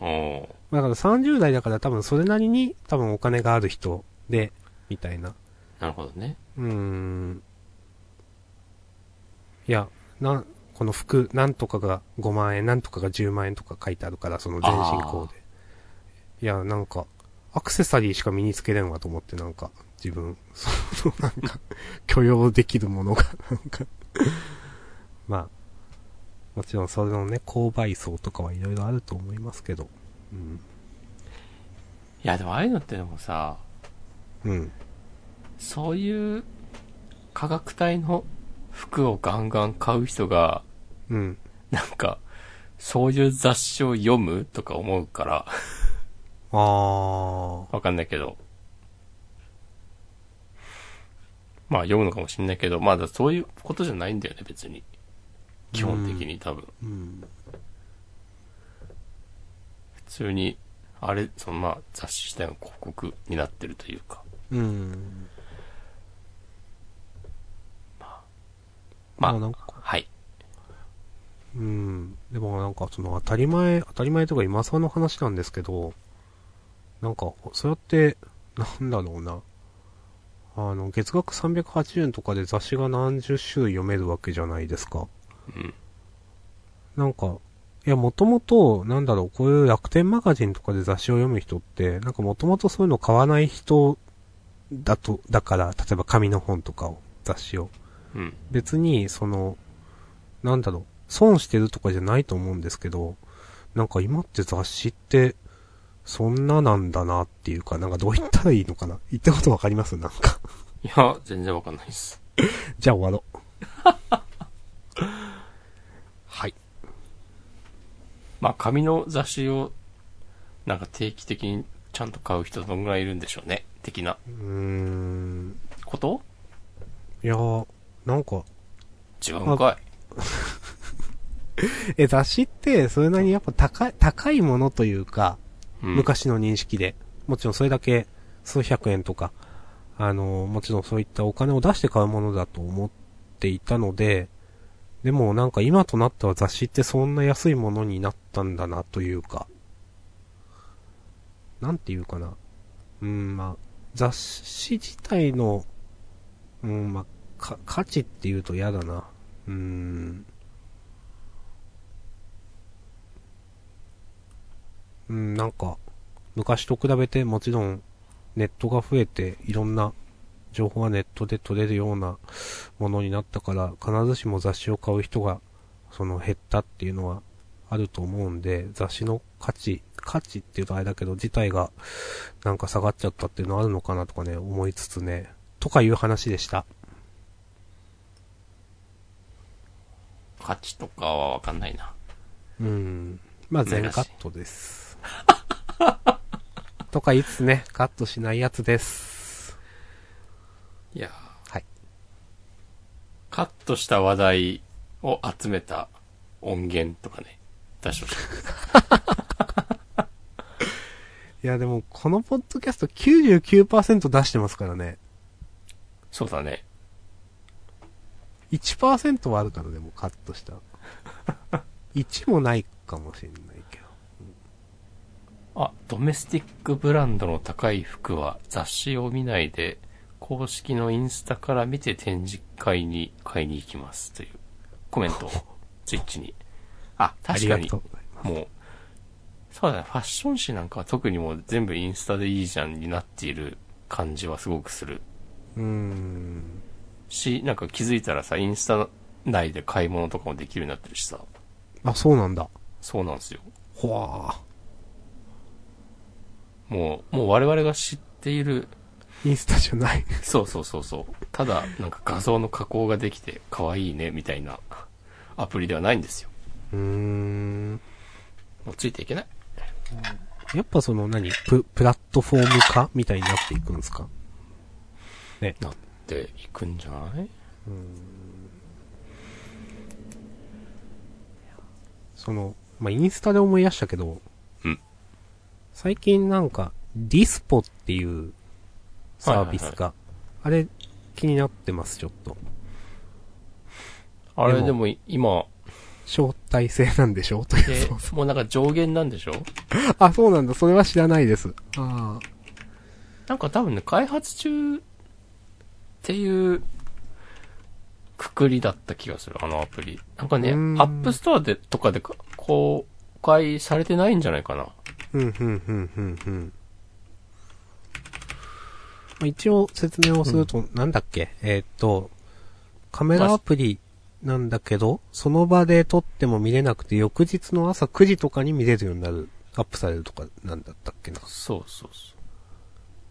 Speaker 1: おー
Speaker 2: だから30代だから多分それなりに多分お金がある人で、みたいな。
Speaker 1: なるほどね。
Speaker 2: うーん。いや、な、この服、なんとかが5万円、なんとかが10万円とか書いてあるから、その全身コーデ。いや、なんか、アクセサリーしか身につけれんわと思って、なんか、自分、その、なんか、許容できるものが、なんか、まあ、もちろんそれのね、購買層とかはいろいろあると思いますけど、うん。
Speaker 1: いや、でもああいうのってでもさ、
Speaker 2: うん。
Speaker 1: そういう価格帯の服をガンガン買う人が、
Speaker 2: うん。
Speaker 1: なんか、そういう雑誌を読むとか思うから、
Speaker 2: あー。
Speaker 1: わかんないけど。まあ読むのかもしんないけど、まあだそういうことじゃないんだよね、別に。基本的に多分。
Speaker 2: うん。
Speaker 1: 普通に、あれ、そのまあ雑誌自体の広告になってるというか。
Speaker 2: うん。
Speaker 1: まあ、
Speaker 2: なんか、
Speaker 1: はい。
Speaker 2: うん。でもなんかその当たり前、当たり前とか今更の話なんですけど、なんか、そうやって、なんだろうな。あの、月額380円とかで雑誌が何十種類読めるわけじゃないですか。
Speaker 1: うん。
Speaker 2: なんか、いや、もともと、なんだろう、こういう楽天マガジンとかで雑誌を読む人って、なんかもともとそういうの買わない人だと、だから、例えば紙の本とかを、雑誌を。
Speaker 1: うん。
Speaker 2: 別に、その、なんだろう、損してるとかじゃないと思うんですけど、なんか今って雑誌って、そんななんだなっていうか、なんかどう言ったらいいのかな言ったことわかりますなんか。
Speaker 1: いや、全然わかんないです。
Speaker 2: じゃあ終わろう。はい。
Speaker 1: まあ紙の雑誌を、なんか定期的にちゃんと買う人どんぐらいいるんでしょうね。的な
Speaker 2: うーん。
Speaker 1: こと
Speaker 2: いやー、なんか、
Speaker 1: 違うんか
Speaker 2: え、雑誌って、それなりにやっぱ高い、高いものというか、
Speaker 1: い。うん、
Speaker 2: 昔の認識で、もちろんそれだけ数百円とか、あの、もちろんそういったお金を出して買うものだと思っていたので、でもなんか今となっては雑誌ってそんな安いものになったんだなというか、なんていうかな。うん、まあ、雑誌自体の、うん、まあ、か、価値っていうと嫌だな。うん。うん、なんか、昔と比べてもちろんネットが増えていろんな情報がネットで取れるようなものになったから必ずしも雑誌を買う人がその減ったっていうのはあると思うんで雑誌の価値価値っていうとあれだけど自体がなんか下がっちゃったっていうのはあるのかなとかね思いつつねとかいう話でした
Speaker 1: 価値とかはわかんないな。
Speaker 2: うんまあ全
Speaker 1: 難しい
Speaker 2: カットです とか言いつつねカットしないやつです
Speaker 1: いやー
Speaker 2: はい。
Speaker 1: カットした話題を集めた音源とかね、出しましょ
Speaker 2: いやでもこのポッドキャスト99%出してますからね
Speaker 1: う。そうだね。
Speaker 2: 1%はあるからでもカット した。1もないかもしれないけど。
Speaker 1: あ、ドメスティックブランドの高い服は雑誌を見ないで、公式のインスタから見て展示会に買いに行きますというコメン トをツイッチに。あ、確か
Speaker 2: あり
Speaker 1: に
Speaker 2: がと。うございます。
Speaker 1: もう、そうだね、ファッション誌なんかは特にもう全部インスタでいいじゃんになっている感じはすごくする。
Speaker 2: うーん。
Speaker 1: し、なんか気づいたらさ、インスタ内で買い物とかもできるようになってるしさ。
Speaker 2: あ、そうなんだ。
Speaker 1: そうなんですよ。
Speaker 2: ほわ
Speaker 1: もう、もう我々が知っている、
Speaker 2: ーインスタじゃない。
Speaker 1: そうそうそうそう。ただ、なんか画像の加工ができて可愛いね、みたいなアプリではないんですよ。
Speaker 2: うーん。
Speaker 1: もうついていけない。
Speaker 2: やっぱその何プ、プラットフォーム化みたいになっていくんですかね。
Speaker 1: なっていくんじゃない
Speaker 2: その、まあ、インスタで思い出したけど、
Speaker 1: うん
Speaker 2: 最近なんか、ディスポっていうサービスが、あれ気になってます、ちょっと。
Speaker 1: あれ
Speaker 2: で
Speaker 1: で
Speaker 2: も
Speaker 1: も今、
Speaker 2: 招待制なんでしょという。
Speaker 1: で
Speaker 2: そうそう
Speaker 1: もうなんか上限なんでしょ
Speaker 2: あ、そうなんだ。それは知らないです。ああ。
Speaker 1: なんか多分ね、開発中っていうくくりだった気がする、あのアプリ。なんかね、ア
Speaker 2: うーん
Speaker 1: ップストアでとかでか公開されてないんじゃないかな。
Speaker 2: うん、うん、うん、うん、うん。まあ一応説明をすると、なんだっけえーっと、カメラアプリなんだけど、その場で撮っても見れなくて、翌日の朝9時とかに見れるようになる、アップされるとかなんだったっけな。
Speaker 1: そうそうそ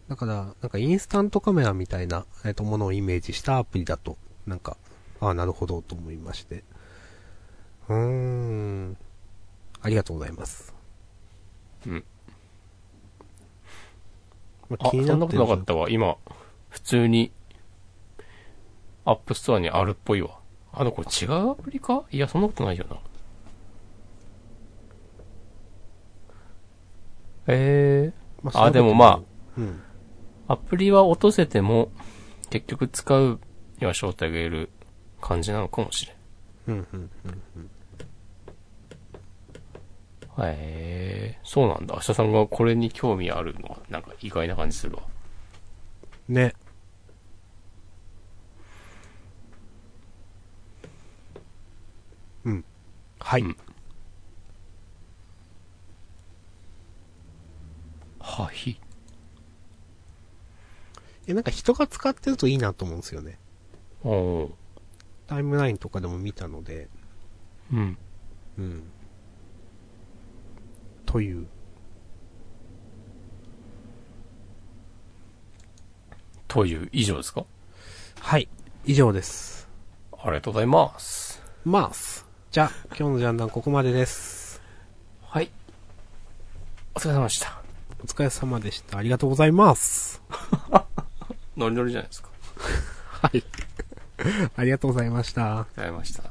Speaker 2: だから、なんかインスタントカメラみたいな、えっ、と、ものをイメージしたアプリだと、なんか、ああ、なるほど、と思いまして。うーん。ありがとうございます。
Speaker 1: うん。
Speaker 2: ま。
Speaker 1: う。あ、そんなことなかったたわ。今、普通に、アップストアにあるっぽいわ。あの、これ違うアプリかいや、そんなことないよな。えー、
Speaker 2: ま
Speaker 1: あでもま
Speaker 2: あ。うん。
Speaker 1: アプリは落とせても、結局使うには正体がいる感じなのかもしれん。
Speaker 2: うん、うん、うん。
Speaker 1: へえ、そうなんだ。明日さんがこれに興味あるのは、なんか意外な感じするわ。
Speaker 2: ね。うん。はい。
Speaker 1: うんはい。
Speaker 2: え、なんか人が使ってるといいなと思うんですよね。
Speaker 1: おお。
Speaker 2: タイムラインとかでも見たので、
Speaker 1: うん。
Speaker 2: うん。という。
Speaker 1: という、以上ですか
Speaker 2: はい。以上です。
Speaker 1: ありがとうございます。
Speaker 2: まあす。じゃあ、今日のジャンダンここまでです。
Speaker 1: はい。お疲れ様でした。
Speaker 2: お疲れ様でした。ありがとうございます。
Speaker 1: ノリノリじゃないですか。
Speaker 2: はい。ありがとうございまし
Speaker 1: あり
Speaker 2: た。
Speaker 1: がとうございました。